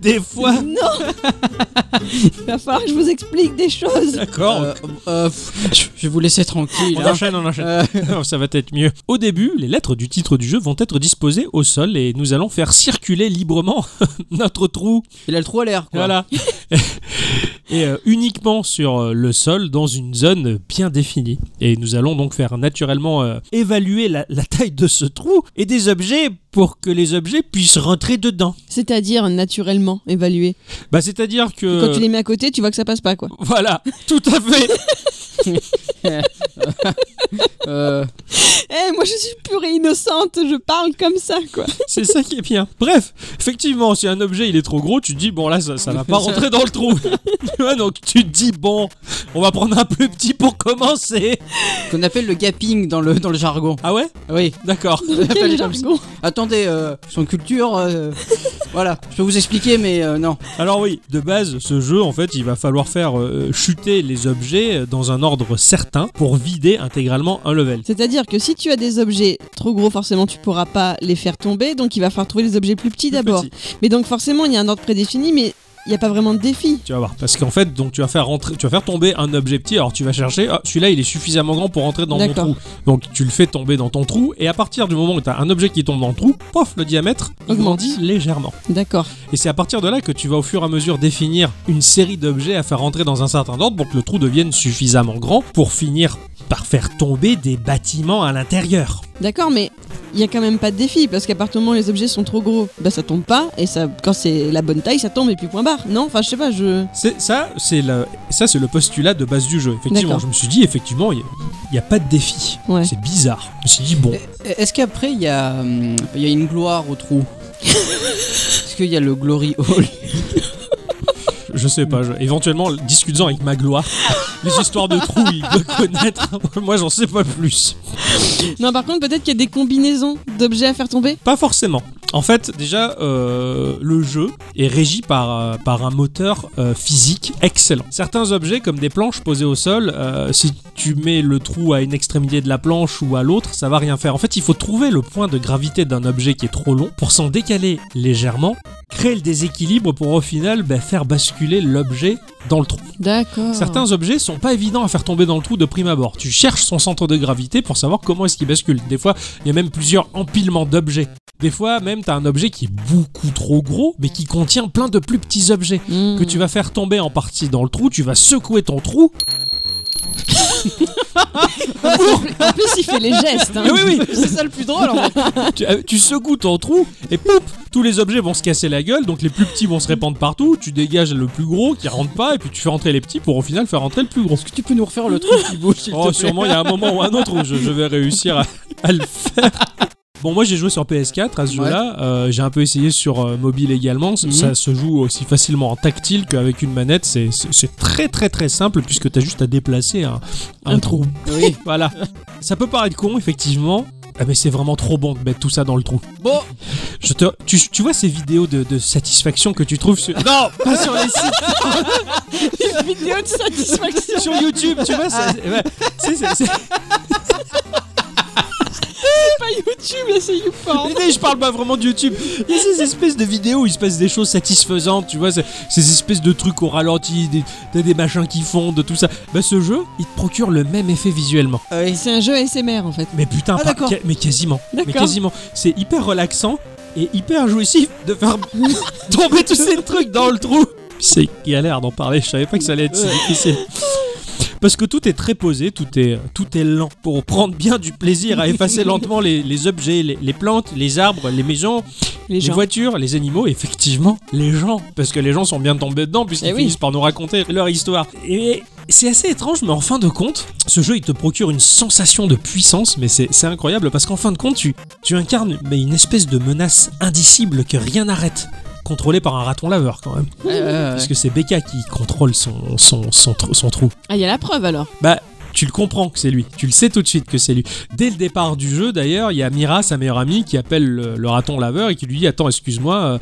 Speaker 1: des
Speaker 2: <laughs>
Speaker 1: fois.
Speaker 3: non. <laughs> Il va falloir que je vous explique des choses.
Speaker 1: D'accord.
Speaker 2: euh, euh, pff, je- je vais vous laisser tranquille.
Speaker 1: On
Speaker 2: hein.
Speaker 1: enchaîne, on enchaîne.
Speaker 2: Euh,
Speaker 1: Non, <laughs> ça va être mieux. Au début, les lettres du titre du jeu vont être disposées au sol et nous allons faire circuler librement <laughs> notre trou.
Speaker 2: il a le trou à l'air, quoi.
Speaker 3: <laughs>
Speaker 1: Voilà. et euh, uniquement sur euh, le sol dans une zone bien définie. Et nous allons donc faire naturellement euh, évaluer la, la taille de ce trou et des objets pour que les objets puissent rentrer dedans.
Speaker 3: C'est-à-dire naturellement évalué.
Speaker 1: Bah, c'est-à-dire que.
Speaker 3: Quand tu les mets à côté, tu vois que ça passe pas quoi.
Speaker 1: <laughs> Voilà, tout à fait.
Speaker 2: Euh,
Speaker 3: Eh, moi je suis pure et innocente, je parle comme ça quoi.
Speaker 1: C'est ça qui est bien. Bref, effectivement, si un objet il est trop gros, tu te dis bon là ça, ça va pas rentrer dans le trou. <laughs> Tu vois, donc tu te dis bon, on va prendre un plus petit pour commencer.
Speaker 2: qu'on appelle le gapping dans le, dans le jargon.
Speaker 1: Ah ouais
Speaker 2: Oui.
Speaker 1: D'accord.
Speaker 3: Quel
Speaker 2: Appelle
Speaker 3: <laughs>
Speaker 2: comme ça.
Speaker 3: jargon.
Speaker 2: Attendez, euh, son culture. euh, voilà, je peux vous expliquer, mais euh, non.
Speaker 1: Alors oui, de base, ce jeu en fait, il va falloir faire euh, chuter les objets euh, dans un ordre certain pour vider intégralement un level.
Speaker 3: C'est-à-dire que si tu as des objets trop gros, forcément tu pourras pas les faire tomber, donc il va falloir trouver les objets plus petits d'abord.
Speaker 1: Petit,
Speaker 3: Mais donc forcément il y a un ordre prédéfini, mais il y a pas vraiment de défi.
Speaker 1: Tu vas voir, parce qu'en fait, donc tu vas faire rentrer, tu vas faire tomber un objet petit. Alors tu vas chercher, ah, celui-là, il est suffisamment grand pour rentrer dans mon
Speaker 3: D'accord.
Speaker 1: trou. Donc tu le fais tomber dans ton trou, et à partir du moment où tu as un objet qui tombe dans le trou, pof, le diamètre il
Speaker 3: Augmente.
Speaker 1: grandit légèrement.
Speaker 3: D'accord.
Speaker 1: Et c'est à partir de là que tu vas au fur et à mesure définir une série d'objets à faire rentrer dans un certain ordre pour que le trou devienne suffisamment grand pour finir par faire tomber des bâtiments à l'intérieur.
Speaker 3: D'accord, mais il y a quand même pas de défi parce qu'à partir du moment où les objets sont trop gros, bah ça tombe pas et ça quand c'est la bonne taille, ça tombe et puis point barre. Non, enfin je sais pas, je
Speaker 1: C'est ça, c'est le ça c'est le postulat de base du jeu. Effectivement,
Speaker 3: D'accord.
Speaker 1: je me suis dit effectivement il n'y a, pas de défi.
Speaker 3: Ouais.
Speaker 1: C'est bizarre. Je me suis dit bon,
Speaker 2: E-, Est-ce qu'après, il y, a, hum, il y a une gloire au trou Est-ce qu'il y a le Glory Hall
Speaker 1: je je sais pas. je- Éventuellement, discutant avec Magloire, les histoires de trous, il doit connaître. <laughs> Moi, j'en sais pas plus.
Speaker 3: Non, par contre, peut-être qu'il y a des combinaisons d'objets à faire tomber.
Speaker 1: Pas forcément. En fait, déjà, euh, le jeu est régi par, euh, par un moteur euh, physique excellent. Certains objets, comme des planches posées au sol, euh, si tu mets le trou à une extrémité de la planche ou à l'autre, ça va rien faire. En fait, il faut trouver le point de gravité d'un objet qui est trop long pour s'en décaler légèrement, créer le déséquilibre pour au final bah, faire basculer l'objet dans le trou.
Speaker 3: D'accord.
Speaker 1: Certains objets sont pas évidents à faire tomber dans le trou de prime abord. Tu cherches son centre de gravité pour savoir comment est-ce qu'il bascule. Des fois, il y a même plusieurs empilements d'objets. Des fois, même, t'as un objet qui est beaucoup trop gros, mais qui contient plein de plus petits objets que tu vas faire tomber en partie dans le trou. Tu vas secouer ton trou.
Speaker 3: En plus, il fait les
Speaker 2: Ah
Speaker 3: gestes. hein.
Speaker 1: Mais oui, oui,
Speaker 2: C'est ça le plus drôle. en fait.
Speaker 1: tu, euh, tu secoues ton trou et poup, tous les objets vont se casser la gueule, donc les plus petits vont se répandre partout. Tu dégages le plus gros qui rentre pas, et puis tu fais rentrer les petits pour au final faire rentrer le plus gros.
Speaker 2: Est-ce que tu peux nous refaire le truc qui bouge s'il te
Speaker 1: Oh,
Speaker 2: plaît
Speaker 1: sûrement, il y a un moment ou un autre où je, je vais réussir à, à le faire. Bon, moi j'ai joué sur PS4 à ce
Speaker 2: Ouais.
Speaker 1: jeu-là. Euh, j'ai un peu essayé sur euh, mobile également. Ça-
Speaker 2: Mhm.
Speaker 1: Ça se joue aussi facilement en tactile qu'avec une manette. C'est- C'est c'est très très très simple puisque t'as juste à déplacer un, un
Speaker 3: Un
Speaker 1: trou. Oui. <laughs> voilà. Ça peut paraître con, effectivement. Ah, mais c'est vraiment trop bon de mettre tout ça dans le trou.
Speaker 2: Bon,
Speaker 1: Je te, tu, tu vois ces vidéos de, de satisfaction que tu trouves sur. Non, <laughs> pas sur les sites.
Speaker 3: Vidéo de satisfaction.
Speaker 1: sur YouTube, tu vois. ça- ouais. Tu sais, c'est- c'est-
Speaker 3: pas YouTube, hein. là, c'est YouPorn.
Speaker 1: Mais non, je parle pas vraiment de YouTube. Il y a ces espèces de vidéos où il se passe des choses satisfaisantes, tu vois, ces ces espèces de trucs au ralenti, des, t'as des machins qui fondent, tout ça. Bah ce jeu, il te procure le même effet visuellement.
Speaker 3: C'est un jeu ASMR en fait.
Speaker 1: Mais putain,
Speaker 2: Ah,
Speaker 1: pas-
Speaker 2: d'accord.
Speaker 1: ca- mais quasiment. Mais
Speaker 3: D'accord.
Speaker 1: quasiment. C'est hyper relaxant et hyper jouissif de faire <laughs> tomber tous ces trucs dans le trou. C'est galère d'en parler, je savais pas que ça allait être si difficile. Parce que tout est très posé, tout est, tout est lent pour prendre bien du plaisir à effacer lentement les, les objets, les- les plantes, les arbres, les maisons,
Speaker 3: Les
Speaker 1: les
Speaker 3: gens.
Speaker 1: voitures, les animaux, effectivement, les gens. Parce que les gens sont bien tombés dedans puisqu'ils
Speaker 3: Eh oui.
Speaker 1: finissent par nous raconter leur histoire. Et c'est assez étrange, mais en fin de compte, ce jeu, il te procure une sensation de puissance, mais c'est c'est incroyable parce qu'en fin de compte, tu, tu incarnes mais une espèce de menace indicible que rien n'arrête. Contrôlée par un raton laveur quand même. Parce que c'est Becca qui contrôle son, son, son, tr- son trou.
Speaker 3: Ah, il y a la preuve alors.
Speaker 1: Bah, tu le comprends que c'est lui. Tu le sais tout de suite que c'est lui. Dès le départ du jeu, d'ailleurs, il y a Mira, sa meilleure amie, qui appelle le, le raton laveur et qui lui dit Attends, excuse-moi, euh,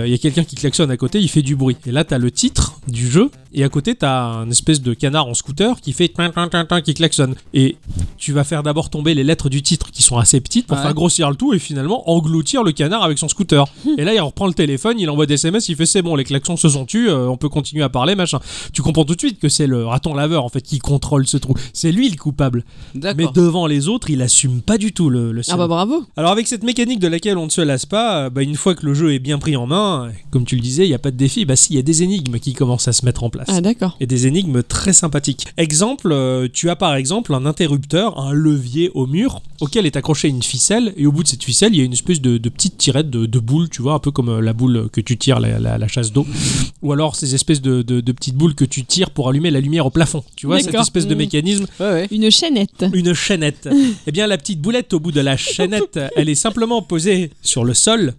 Speaker 1: euh, il y a quelqu'un qui klaxonne à côté, il fait du bruit. Et là, t'as le titre du jeu, et à côté, t'as un espèce de canard en scooter qui fait tin, tin, tin, tin, qui klaxonne. Et tu vas faire d'abord tomber les lettres du titre, qui sont assez petites, pour
Speaker 2: Ouais.
Speaker 1: faire grossir le tout et finalement engloutir le canard avec son scooter. et là, il reprend le téléphone, il envoie des SMS, il fait C'est bon, les klaxons se sont tus, euh, on peut continuer à parler, machin. Tu comprends tout de suite que c'est le raton laveur, en fait, qui contrôle ce trou. C'est lui le coupable. Mais
Speaker 2: D'accord.
Speaker 1: devant les autres, il assume pas du tout le, le
Speaker 3: Ah
Speaker 1: scénario.
Speaker 3: bah bravo.
Speaker 1: Alors avec cette mécanique de laquelle on ne se lasse pas, euh, bah, une fois que le jeu est bien pris en main, euh, comme tu le disais, il n'y a pas de défi, bah si, il y a des énigmes qui commencent à se mettre en place.
Speaker 3: Ah d'accord.
Speaker 1: et des énigmes très sympathiques. Exemple, euh, tu as par exemple un interrupteur, un levier au mur, auquel est accrochée une ficelle, et au bout de cette ficelle, il y a une espèce de, de petite tirette de, de boule, tu vois, un peu comme euh, la boule que tu tires, la, la- la chasse d'eau, ou alors ces espèces de, de- de petites boules que tu tires pour allumer la lumière au plafond, tu vois, cette
Speaker 3: D'accord.
Speaker 1: espèce de
Speaker 3: Mm.
Speaker 1: mécanisme
Speaker 2: Ouais, ouais.
Speaker 3: Une chaînette.
Speaker 1: une chaînette. eh bien, la petite boulette au bout de la chaînette, elle est simplement posée sur le sol.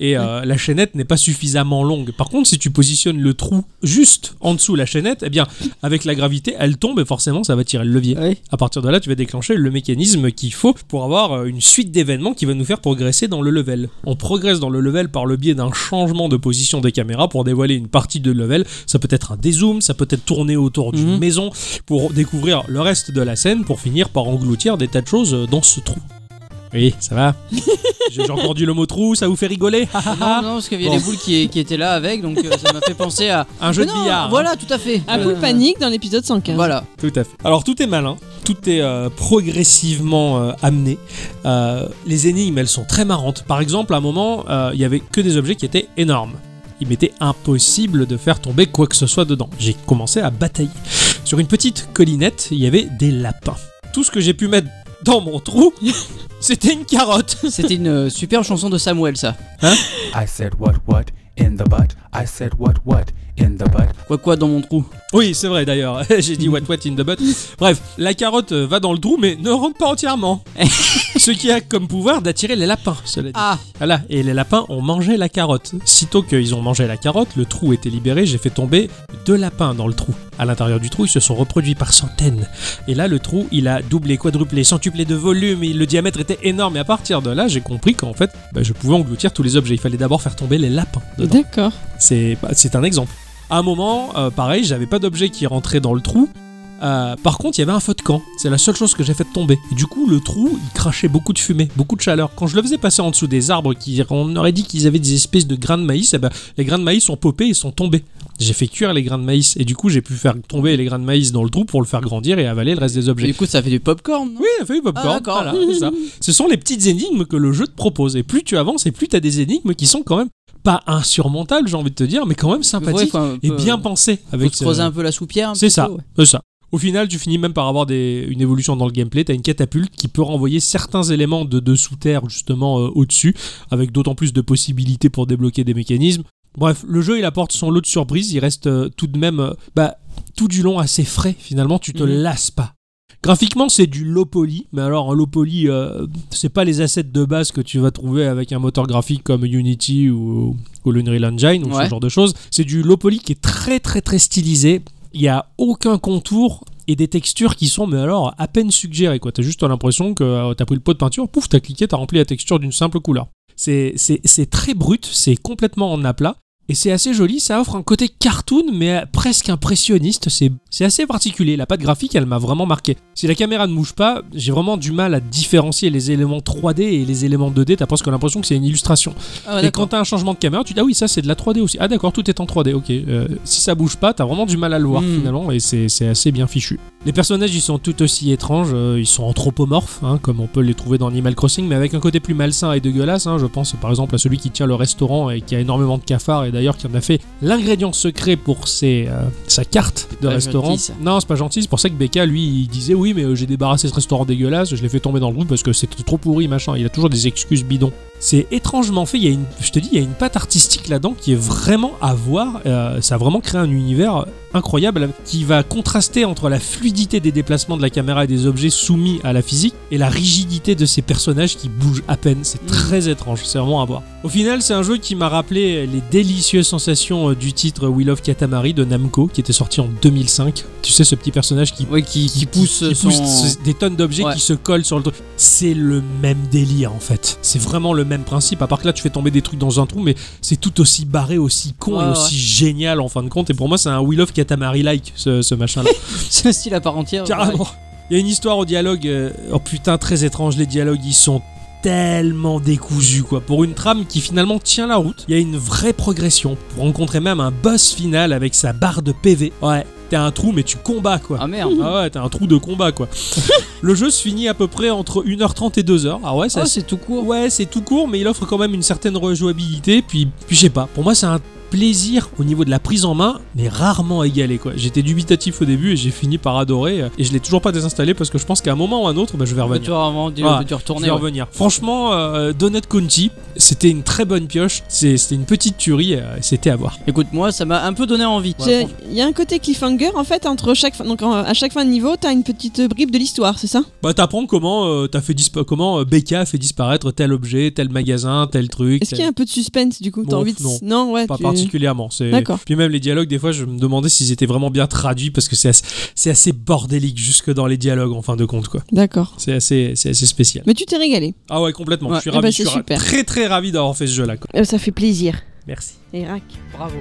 Speaker 1: Et euh, la chaînette n'est pas suffisamment longue. Par contre, si tu positionnes le trou juste en dessous de la chaînette, eh bien, avec la gravité, elle tombe et forcément, ça va tirer le levier.
Speaker 2: Ouais.
Speaker 1: À partir de là, tu vas déclencher le mécanisme qu'il faut pour avoir euh, une suite d'événements qui va nous faire progresser dans le level. On progresse dans le level par le biais d'un changement de position des caméras pour dévoiler une partie de level. Ça peut être un dézoom, ça peut être tourner autour d'une
Speaker 2: Mhm.
Speaker 1: maison pour découvrir le reste de la scène pour finir par engloutir des tas de choses euh, dans ce trou. Oui, ça
Speaker 2: <laughs>
Speaker 1: va. J'ai j'ai encore dit le mot trou, ça vous fait rigoler Ha, ha, ha.
Speaker 2: Non, non, parce qu'il y a
Speaker 1: Ah Bon.
Speaker 2: les boules qui, qui étaient là avec, donc euh, ça m'a fait penser à.
Speaker 1: Un jeu
Speaker 2: Mais
Speaker 1: de
Speaker 2: non,
Speaker 1: billard. hein.
Speaker 2: Voilà, tout à fait.
Speaker 3: À
Speaker 2: Euh,
Speaker 3: boule panique dans l'épisode 115.
Speaker 2: Voilà.
Speaker 1: Tout à fait. Alors tout est malin, tout est euh, progressivement euh, amené. Euh, les énigmes, elles sont très marrantes. Par exemple, à un moment, euh, il y avait que des objets qui étaient énormes. Il m'était impossible de faire tomber quoi que ce soit dedans. J'ai commencé à batailler. Sur une petite collinette, il y avait des lapins. Tout ce que j'ai pu mettre dans mon trou, <laughs> c'était une carotte.
Speaker 2: <laughs> C'était une euh,
Speaker 8: <laughs>
Speaker 2: superbe chanson de Samuel, ça. Hein
Speaker 8: I said what what in the butt. I said what what in the butt.
Speaker 2: Quoi quoi dans mon trou
Speaker 1: Oui, c'est vrai d'ailleurs. <laughs> J'ai dit what what in the butt. Bref, la carotte euh, va dans le trou, mais ne rentre pas entièrement. Ce qui a comme pouvoir d'attirer les lapins, cela dit.
Speaker 2: Ah
Speaker 1: Voilà, et les lapins ont mangé la carotte. Sitôt qu'ils ont mangé la carotte, le trou était libéré, j'ai fait tomber deux lapins dans le trou. À l'intérieur du trou, ils se sont reproduits par centaines. Et là, le trou, il a doublé, quadruplé, centuplé de volume, et le diamètre était énorme. Et à partir de là, j'ai compris qu'en fait, bah, je pouvais engloutir tous les objets. Il fallait d'abord faire tomber les lapins dedans.
Speaker 3: D'accord.
Speaker 1: C'est bah, c'est un exemple. À un moment, euh, pareil, j'avais pas d'objet qui rentrait dans le trou. Euh, par contre, il y avait un feu de camp. C'est la seule chose que j'ai fait tomber. Et du coup, le trou, il crachait beaucoup de fumée, beaucoup de chaleur. Quand je le faisais passer en dessous des arbres, qui, on aurait dit qu'ils avaient des espèces de grains de maïs, eh ben, les grains de maïs sont popés et sont tombés. J'ai fait cuire les grains de maïs et du coup, j'ai pu faire tomber les grains de maïs dans le trou pour le faire grandir et avaler le reste des objets.
Speaker 2: Du coup, ça fait du popcorn, non
Speaker 1: Oui, elle fait du popcorn.
Speaker 2: Ah, d'accord.
Speaker 1: voilà, c'est ça. Ce sont les petites énigmes que le jeu te propose. Et plus tu avances, et plus tu as des énigmes qui sont quand même pas insurmontables, j'ai envie de te dire, mais quand même
Speaker 2: Ouais,
Speaker 1: sympathiques
Speaker 2: faut un
Speaker 1: et
Speaker 2: peu- euh,
Speaker 1: bien pensées.
Speaker 2: Faut
Speaker 1: Avec
Speaker 2: se creuser
Speaker 1: euh,
Speaker 2: un peu la soupière. un
Speaker 1: C'est
Speaker 2: petit
Speaker 1: ça,
Speaker 2: peu, ouais.
Speaker 1: c'est ça. Au final, tu finis même par avoir des, une évolution dans le gameplay. T'as une catapulte qui peut renvoyer certains éléments de, de sous-terre justement euh, au-dessus, avec d'autant plus de possibilités pour débloquer des mécanismes. Bref, le jeu il apporte son lot de surprises. Il reste euh, tout de même, euh, bah, tout du long assez frais. Finalement, tu te
Speaker 2: Mhm.
Speaker 1: lasses pas. Graphiquement, c'est du low poly, mais alors un low poly, euh, c'est pas les assets de base que tu vas trouver avec un moteur graphique comme Unity ou, ou l'Unreal Engine ou
Speaker 2: Ouais.
Speaker 1: ce genre de choses. C'est du low poly qui est très très très stylisé. Il n'y a aucun contour et des textures qui sont, mais alors, à peine suggérées. Quoi. T'as juste l'impression que euh, t'as pris le pot de peinture, pouf, t'as cliqué, t'as rempli la texture d'une simple couleur. C'est, c'est, c'est très brut, c'est complètement en aplat. Et c'est assez joli, ça offre un côté cartoon mais euh, presque impressionniste, c'est c'est assez particulier, la patte graphique elle m'a vraiment marqué. Si la caméra ne bouge pas, j'ai vraiment du mal à différencier les éléments 3D et les éléments 2D, t'as presque l'impression que c'est une illustration.
Speaker 2: Ah, ouais,
Speaker 1: et
Speaker 2: d'accord.
Speaker 1: quand t'as un changement de caméra, tu dis ah oui ça c'est de la 3D aussi, ah d'accord tout est en 3D, ok. Euh, si ça bouge pas, t'as vraiment du mal à le voir
Speaker 2: Hmm.
Speaker 1: finalement et c'est c'est assez bien fichu. Les personnages ils sont tout aussi étranges, euh, ils sont anthropomorphes hein, comme on peut les trouver dans Animal Crossing mais avec un côté plus malsain et dégueulasse, hein. je pense par exemple à celui qui tient le restaurant et qui a énormément de cafards et d'ailleurs qui en a fait l'ingrédient secret pour ses, euh, sa carte de
Speaker 2: pas
Speaker 1: restaurant.
Speaker 2: gentil, ça.
Speaker 1: Non, c'est pas gentil, c'est pour ça que Becca, lui, il disait oui, mais euh, j'ai débarrassé ce restaurant dégueulasse, je l'ai fait tomber dans le trou parce que c'était trop pourri, machin. Il a toujours des excuses bidons. C'est étrangement fait, il y a une, je te dis, il y a une patte artistique là-dedans qui est vraiment à voir. euh, ça a vraiment créé un univers incroyable qui va contraster entre la fluidité des déplacements de la caméra et des objets soumis à la physique et la rigidité de ces personnages qui bougent à peine. C'est très étrange, c'est vraiment à voir. Au final, c'est un jeu qui m'a rappelé les délicieuses sensations euh, du titre We Love Katamari de Namco qui était sorti en 2005. Tu sais, ce petit personnage qui
Speaker 2: Ouais, qui, qui pousse
Speaker 1: qui
Speaker 2: son...
Speaker 1: pousse
Speaker 2: <laughs>
Speaker 1: ce- des tonnes d'objets
Speaker 2: Ouais.
Speaker 1: qui se collent sur le truc. C'est le même délire en fait. C'est vraiment le même principe, à part que là tu fais tomber des trucs dans un trou, mais c'est tout aussi barré, aussi con
Speaker 2: Ouais,
Speaker 1: et
Speaker 2: ouais.
Speaker 1: aussi génial en fin de compte. Et pour moi, c'est un Will of Katamari-like ce, ce
Speaker 2: <laughs>
Speaker 1: machin-là.
Speaker 2: C'est un style à part entière. bah,
Speaker 1: Carrément. Il y a une histoire au dialogue, euh, oh putain, très étrange. Les dialogues, ils sont tellement décousus, quoi. Pour une trame qui finalement tient la route, il y a une vraie progression. Pour rencontrer même un boss final avec sa barre de PV. Ouais, t'as un trou, mais tu combats, quoi.
Speaker 2: Ah merde.
Speaker 1: Ah ouais, t'as un trou de combat
Speaker 2: <laughs>
Speaker 1: quoi. le jeu se finit à peu près entre 1h30 et 2h. Ah ouais, ça
Speaker 2: Ah, c'est tout court.
Speaker 1: Ouais, c'est tout court, mais il offre quand même une certaine rejouabilité. Puis, puis je sais pas, pour moi, c'est un plaisir au niveau de la prise en main, mais rarement égalé quoi. J'étais dubitatif au début et j'ai fini par adorer. euh, Et je l'ai toujours pas désinstallé parce que je pense qu'à un moment ou un autre, bah, je vais
Speaker 2: Tu
Speaker 1: revenir.
Speaker 2: vas avant de,
Speaker 1: Ouais,
Speaker 2: de- de
Speaker 1: Je
Speaker 2: retourner.
Speaker 1: vais
Speaker 2: ouais.
Speaker 1: revenir. Franchement, euh, Donut County, c'était une très bonne pioche. C'est- C'était une petite tuerie. euh, C'était à voir.
Speaker 2: Écoute, moi, ça m'a un peu donné envie.
Speaker 3: J'ai- Il y a un côté cliffhanger en fait entre chaque fin- donc en- à chaque fin de niveau t'as une petite euh, bribe de l'histoire c'est ça
Speaker 1: Bah t'apprends comment euh, t'as fait dispa- comment euh, Becca a fait disparaître tel objet, tel magasin, tel truc.
Speaker 3: Est-ce qu'il y a un peu de suspense du coup T'as
Speaker 1: Bon,
Speaker 3: envie de...
Speaker 1: non.
Speaker 3: ouais.
Speaker 1: Pas
Speaker 3: tu-
Speaker 1: particulièrement. C'est...
Speaker 3: D'accord.
Speaker 1: Puis même les dialogues, des fois, je me demandais s'ils étaient vraiment bien traduits parce que c'est assez, c'est assez bordélique jusque dans les dialogues en fin de compte, quoi.
Speaker 3: D'accord.
Speaker 1: C'est assez, c'est assez spécial.
Speaker 3: Mais tu t'es régalé.
Speaker 1: Ah ouais, complètement.
Speaker 2: Ouais.
Speaker 1: Je suis
Speaker 3: Eh
Speaker 1: ravi,
Speaker 3: ben,
Speaker 1: je suis
Speaker 3: c'est
Speaker 1: ra-
Speaker 3: super.
Speaker 1: très très ravi d'avoir fait ce jeu-là. Quoi.
Speaker 3: Euh, ça fait plaisir.
Speaker 1: Merci.
Speaker 3: Irak.
Speaker 2: Bravo.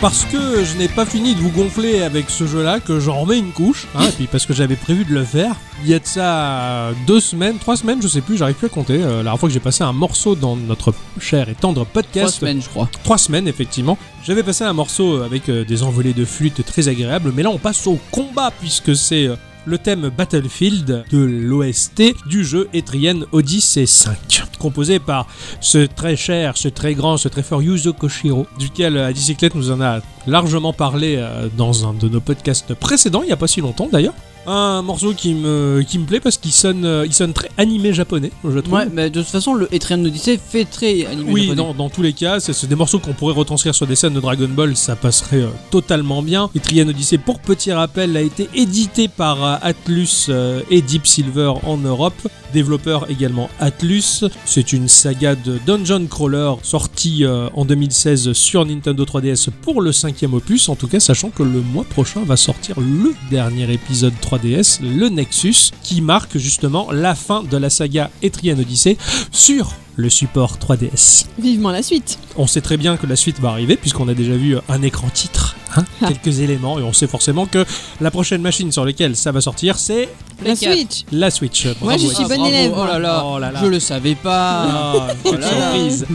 Speaker 1: parce que je n'ai pas fini de vous gonfler avec ce jeu-là, que j'en remets une couche, hein, et puis parce que j'avais prévu de le faire. Il y a de ça euh, deux semaines, trois semaines, je sais plus, j'arrive plus à compter. euh, la dernière fois que j'ai passé un morceau dans notre cher et tendre
Speaker 2: Trois
Speaker 1: podcast,
Speaker 2: semaines, je crois.
Speaker 1: trois semaines effectivement. J'avais passé un morceau avec euh, des envolées de flûte très agréables, mais là on passe au combat puisque c'est euh, le thème Battlefield de l'OST du jeu Etrian Odyssey 5, composé par ce très cher, ce très grand, ce très fort Yuzo Koshiro, duquel euh, à bicyclette nous en a largement parlé euh, dans un de nos podcasts précédents, il n'y a pas si longtemps d'ailleurs. Un morceau qui me, qui me plaît parce qu'il sonne, euh, il sonne très animé japonais, je trouve.
Speaker 2: Ouais, mais de toute façon, le Etrian Odyssey fait très animé.
Speaker 1: Oui,
Speaker 2: japonais.
Speaker 1: dans, dans tous les cas, c'est c'est des morceaux qu'on pourrait retranscrire sur des scènes de Dragon Ball, ça passerait euh, totalement bien. Etrian Odyssey, pour petit rappel, a été édité par euh, Atlus euh, et Deep Silver en Europe, développeur également Atlus. C'est une saga de Dungeon Crawler sortie euh, en 2016 sur Nintendo 3DS pour le cinquième opus, en tout cas sachant que le mois prochain va sortir le dernier épisode 3DS, le Nexus, qui marque justement la fin de la saga Etrian Odyssey sur le support 3DS.
Speaker 3: Vivement la suite.
Speaker 1: On sait très bien que la suite va arriver puisqu'on a déjà vu un écran titre, hein,
Speaker 3: Ah.
Speaker 1: quelques éléments, et on sait forcément que la prochaine machine sur laquelle ça va sortir, c'est
Speaker 3: La
Speaker 2: Play quatre.
Speaker 3: Switch.
Speaker 1: la Switch.
Speaker 3: Moi,
Speaker 1: Bravo,
Speaker 3: je
Speaker 1: Eve.
Speaker 3: suis
Speaker 2: Ah,
Speaker 3: bonne
Speaker 2: bravo.
Speaker 3: élève.
Speaker 2: Oh là là,
Speaker 1: Oh là là.
Speaker 2: je le savais pas.
Speaker 1: Ah,
Speaker 2: Oh
Speaker 3: <laughs>
Speaker 1: quelle
Speaker 2: là là.
Speaker 1: surprise.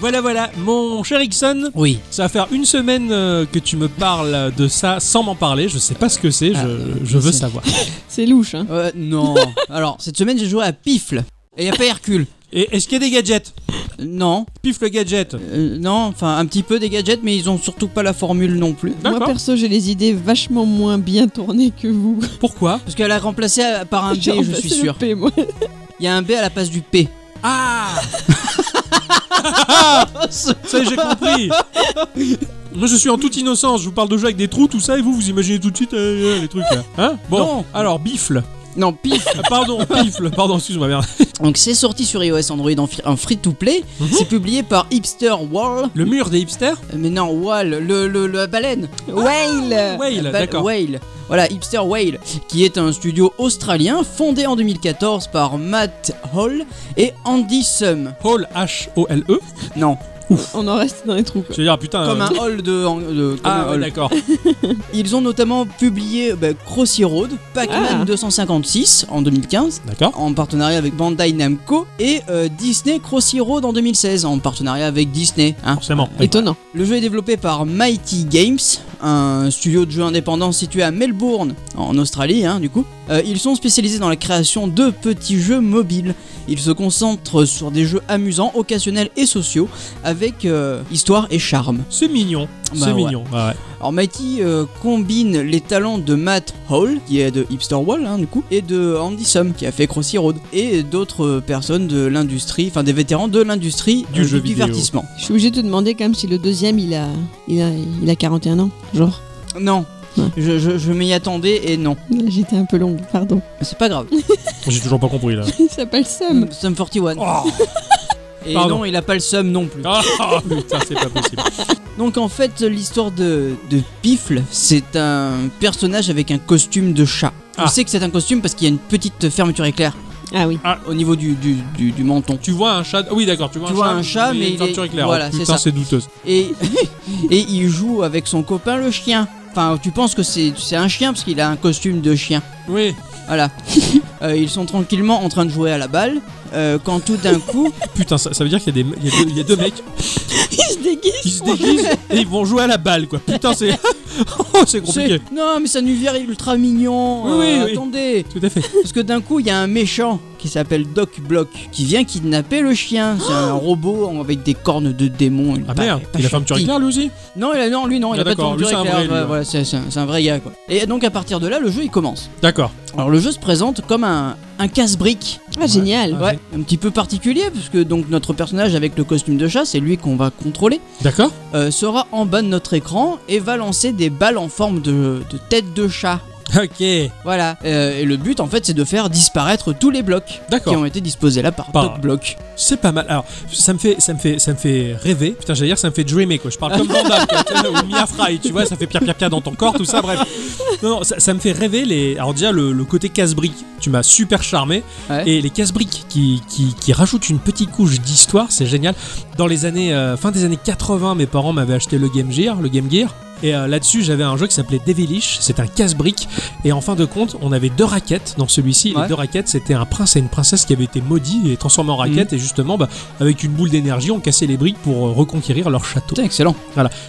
Speaker 1: Voilà, voilà, mon cher Ixon,
Speaker 2: Oui.
Speaker 1: ça va faire une semaine euh, que tu me parles de ça sans m'en parler. Je sais pas ce que c'est,
Speaker 2: Ah,
Speaker 1: je,
Speaker 2: euh,
Speaker 1: je veux
Speaker 2: c'est-
Speaker 1: savoir.
Speaker 3: C'est louche. Hein.
Speaker 2: Euh, non. <laughs> Alors, cette semaine, j'ai joué à Pifle. Et il a pas Hercule.
Speaker 1: Et est-ce qu'il y a des gadgets
Speaker 2: Non.
Speaker 1: Pif le gadget.
Speaker 2: Euh, non, enfin, un petit peu des gadgets, mais ils ont surtout pas la formule non plus.
Speaker 3: Moi
Speaker 1: D'accord.
Speaker 3: perso, j'ai les idées vachement moins bien tournées que vous.
Speaker 1: Pourquoi
Speaker 2: Parce qu'elle a remplacé à- par un B,
Speaker 3: <laughs> J'ai
Speaker 2: Ah, je
Speaker 3: remplacé
Speaker 2: suis
Speaker 3: le
Speaker 2: sûr.
Speaker 3: P, moi. <laughs>
Speaker 2: Il y a un B à la place du P.
Speaker 1: Ah Ça y est, j'ai compris Moi je suis en toute innocence, je vous parle de jeux avec des trous, tout ça, et vous vous imaginez tout de suite euh, euh, les trucs là. Hein Bon,
Speaker 2: Non.
Speaker 1: alors bifle.
Speaker 2: Non, Pif.
Speaker 1: Ah,
Speaker 2: <laughs>
Speaker 1: Pardon, bifle, pardon, excuse-moi, merde.
Speaker 2: Donc, c'est sorti sur iOS Android en, fri- en free-to-play.
Speaker 1: Mhm.
Speaker 2: C'est publié par Hipster Wall.
Speaker 1: Le mur des hipsters
Speaker 2: Euh, Mais non, Wall, le, le, la baleine.
Speaker 3: Whale.
Speaker 1: Whale,
Speaker 2: Ah, Ba-
Speaker 1: d'accord.
Speaker 2: Whale. Voilà, Hipster Whale, qui est un studio australien fondé en 2014 par Matt Hall et Andy Sum.
Speaker 1: Hall, H-O-L-E.
Speaker 2: Non,
Speaker 3: On en reste dans les trous. Quoi.
Speaker 1: Je E. veux dire, putain.
Speaker 2: comme
Speaker 1: euh,
Speaker 2: un hall de. en- de- comme
Speaker 1: Ah,
Speaker 2: un
Speaker 1: ouais,
Speaker 2: hall. <laughs>
Speaker 1: d'accord.
Speaker 2: Ils ont notamment publié bah, Crossy Road, Pac-Man
Speaker 3: Ah.
Speaker 2: 256 en 2015,
Speaker 1: D'accord.
Speaker 2: en partenariat avec Bandai Namco, et euh, Disney Crossy Road en 2016, en partenariat avec Disney. hein.
Speaker 1: Forcément.
Speaker 3: Étonnant.
Speaker 2: Le jeu est développé par Mighty Games, un studio de jeux indépendant situé à Melbourne, en Australie, hein, du coup. Euh, ils sont spécialisés dans la création de petits jeux mobiles. Ils se concentrent sur des jeux amusants, occasionnels et sociaux, avec euh, histoire et charme.
Speaker 1: C'est mignon. C'est
Speaker 2: Bah ouais.
Speaker 1: mignon. Ah, ouais.
Speaker 2: Alors Mighty euh, combine les talents de Matt Hall, qui est de Hipster Wall hein, du coup, et de Andy Sum, qui a fait Crossy Road, et d'autres euh, personnes de l'industrie, enfin des vétérans de l'industrie
Speaker 1: Du jeu vidéo.
Speaker 2: divertissement.
Speaker 3: Je suis obligé de te demander quand même si le deuxième il a, il a, il a 41 ans. Genre,
Speaker 2: Non,
Speaker 3: Ouais.
Speaker 2: je, je- je m'y attendais et non.
Speaker 3: j'étais un peu longue, pardon. <laughs>
Speaker 2: Mais C'est pas grave.
Speaker 1: J'ai toujours pas
Speaker 2: <laughs>
Speaker 1: compris là.
Speaker 3: Il s'appelle Sam.
Speaker 2: Sum 41.
Speaker 1: Oh,
Speaker 2: et
Speaker 1: pardon.
Speaker 2: non, il a pas le Sum non plus.
Speaker 1: <laughs> Ah, putain, c'est pas possible.
Speaker 2: Donc en fait, l'histoire de, de Pifle, c'est un personnage avec un costume de chat. On
Speaker 1: Ah.
Speaker 2: sait que c'est un costume parce qu'il y a une petite fermeture éclair
Speaker 3: Ah oui.
Speaker 2: au niveau du- du- du- du menton.
Speaker 1: Tu vois un chat. ah Oui, d'accord, tu vois
Speaker 2: Tu
Speaker 1: un
Speaker 2: vois
Speaker 1: chat.
Speaker 2: un chat, mais
Speaker 1: il y a une
Speaker 2: il est-
Speaker 1: peinture éclair.
Speaker 2: voilà,
Speaker 1: Oh,
Speaker 2: c'est
Speaker 1: putain,
Speaker 2: ça.
Speaker 1: c'est douteux.
Speaker 2: et, <laughs> et il joue avec son copain le chien. Enfin, tu penses que c'est c'est un chien parce qu'il a un costume de chien.
Speaker 1: Oui.
Speaker 3: <laughs>
Speaker 2: Voilà. Euh, ils sont tranquillement en train de jouer à la balle euh, quand tout d'un coup,
Speaker 1: Putain, ça, ça veut dire qu'il y a des, il y a deux- il y a deux mecs
Speaker 3: <laughs> Il se déguise.
Speaker 1: Ils se déguisent et ils vont jouer à la balle, quoi. Putain, c'est. <laughs> oh, c'est compliqué.
Speaker 2: c'est- non mais ça nous vient ultra mignon.
Speaker 1: Oui,
Speaker 2: euh,
Speaker 1: oui, oui.
Speaker 2: Attendez,
Speaker 1: Tout à fait.
Speaker 2: parce que d'un coup il y a un méchant qui s'appelle Doc Block qui vient kidnapper le chien. C'est un robot avec des cornes de démon.
Speaker 1: Oh Ah merde, il a fait un petit
Speaker 2: éclair
Speaker 1: éclair lui aussi
Speaker 2: Non, il a- non, lui non, il
Speaker 1: Ah,
Speaker 2: a pas de
Speaker 1: d'accord, lui,
Speaker 2: fermeture
Speaker 1: c'est un
Speaker 2: éclair.
Speaker 1: vrai, lui,
Speaker 2: Ouais,
Speaker 1: ouais.
Speaker 2: Voilà, c'est c'est un, c'est un vrai gars quoi. Et donc à partir de là, le jeu il commence.
Speaker 1: D'accord.
Speaker 2: Alors le jeu se présente comme un, un casse-brique,
Speaker 3: Ah, génial.
Speaker 1: Ah,
Speaker 2: ouais, un petit peu particulier, puisque donc notre personnage avec le costume de chat, c'est lui qu'on va contrôler,
Speaker 1: D'accord
Speaker 2: euh, sera en bas de notre écran et va lancer des balles en forme de, de tête de chat.
Speaker 1: Ok,
Speaker 2: Voilà. Euh, et le but, en fait, c'est de faire disparaître tous les blocs qui
Speaker 1: d'accord.
Speaker 2: ont été disposés là par
Speaker 1: Par-
Speaker 2: Doc Block.
Speaker 1: C'est pas mal. Alors, ça me fait, ça me fait, ça me fait rêver. Putain, j'allais dire, ça me fait dreamer quoi. Je parle comme Van Damme, quoi, tu sais, ou Mia Fry, tu vois, ça fait pia pia pia dans ton corps, tout ça. Bref. Non, non, ça, ça me fait rêver les. Alors déjà le, le côté casse-brique. Tu m'as super charmé.
Speaker 2: Ouais.
Speaker 1: Et les casse-briques qui, qui, qui rajoutent une petite couche d'histoire, c'est génial. Dans les années euh, fin des années 80, mes parents m'avaient acheté le Game Gear, le Game Gear. Et euh, là-dessus, j'avais un jeu qui s'appelait Devilish. C'est un casse-brique. Et en fin de compte, on avait deux raquettes dans celui-ci.
Speaker 2: Ouais. Mhm.
Speaker 1: Les deux raquettes, c'était un prince et une princesse qui avaient été maudits et transformés en raquettes. Et justement, bah, avec une boule d'énergie, on cassait les briques pour euh, reconquérir leur château.
Speaker 2: Putain, excellent.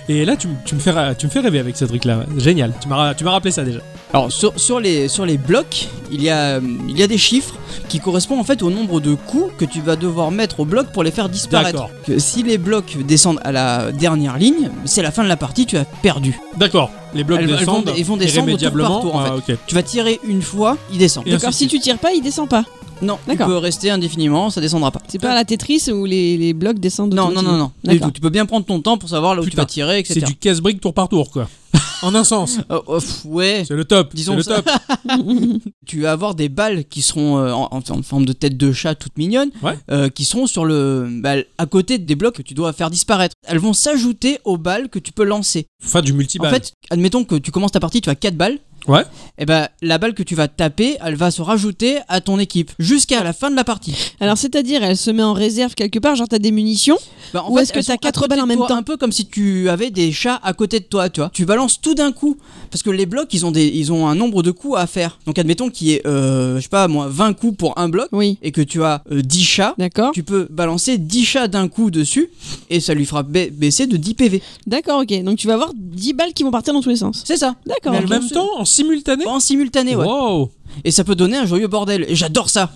Speaker 1: Et là, tu, m- tu me fais, ra- tu me fais rêver avec ce truc-là. ouais. Génial. Tu m'as ra- tu m'as rappelé ça déjà.
Speaker 2: Alors sur, sur les, sur les blocs, il y, a, euh, il y a des chiffres qui correspondent en fait au nombre de coups que tu vas devoir mettre au bloc pour les faire disparaître.
Speaker 1: D'accord.
Speaker 2: Que si les blocs descendent à la dernière ligne, c'est la fin de la partie, tu as perdu.
Speaker 1: D'accord. Les blocs
Speaker 2: Elles- elles vont-
Speaker 1: descendent.
Speaker 2: ils vont descendre tour par
Speaker 1: irrémédiablement.
Speaker 2: tour, en
Speaker 1: Ah, ok.
Speaker 2: Tu vas tirer une fois, il descend.
Speaker 1: Et
Speaker 3: D'accord,
Speaker 1: ainsi
Speaker 3: si
Speaker 1: de
Speaker 3: tu tires pas, il descend pas.
Speaker 2: Non, il
Speaker 3: D'accord.
Speaker 2: peut rester indéfiniment, ça descendra pas.
Speaker 3: C'est pas à la Tetris où les, les blocs descendent
Speaker 2: Non, non, non, non. Du
Speaker 3: D'accord.
Speaker 2: tout. Tu peux bien prendre ton temps pour savoir là où tu
Speaker 1: Putain,
Speaker 2: vas tirer,
Speaker 1: C'est
Speaker 2: etc.
Speaker 1: du casse-brique tour par tour,
Speaker 2: <laughs>
Speaker 1: quoi. en un sens.
Speaker 2: Oh, oh, pff, ouais.
Speaker 1: C'est le top.
Speaker 2: Disons
Speaker 1: C'est le
Speaker 2: ça.
Speaker 1: top.
Speaker 2: <laughs> tu vas avoir des balles qui seront euh, en, en- en forme de tête de chat toute mignonne,
Speaker 1: Ouais.
Speaker 2: euh, qui seront sur le bah, à côté des blocs que tu dois faire disparaître. Elles vont s'ajouter aux balles que tu peux lancer.
Speaker 1: Enfin, du multi
Speaker 2: En fait, admettons que tu commences ta partie, tu as 4 balles.
Speaker 1: Ouais.
Speaker 2: Et ben la balle que tu vas taper, elle va se rajouter à ton équipe jusqu'à la fin de la partie.
Speaker 3: Alors c'est-à-dire, elle se met en réserve quelque part, genre t'as des munitions.
Speaker 2: Bah, en
Speaker 3: Ou
Speaker 2: fait,
Speaker 3: est-ce que
Speaker 2: elles
Speaker 3: t'as
Speaker 2: sont à
Speaker 3: quatre
Speaker 2: côté
Speaker 3: balles en
Speaker 2: de
Speaker 3: même
Speaker 2: toi,
Speaker 3: temps
Speaker 2: Un peu comme si tu avais des chats à côté de toi, tu vois. Tu balances tout d'un coup parce que les blocs, ils ont des ils ont un nombre de coups à faire. Donc admettons qu'il y ait euh, je sais pas moi 20 coups pour un bloc
Speaker 3: Oui.
Speaker 2: et que tu as euh, 10 chats
Speaker 3: D'accord.
Speaker 2: tu peux balancer 10 chats d'un coup dessus et ça lui fera ba- baisser de 10 PV.
Speaker 3: D'accord, ok. Donc tu vas avoir 10 balles qui vont partir dans tous les sens.
Speaker 2: C'est ça.
Speaker 3: D'accord.
Speaker 2: Mais
Speaker 1: en
Speaker 2: elle
Speaker 3: ok.
Speaker 1: même temps, en simultané.
Speaker 2: En simultané, ouais.
Speaker 1: Wow.
Speaker 2: Et ça peut donner un joyeux bordel. Et j'adore
Speaker 3: <laughs>
Speaker 2: ça.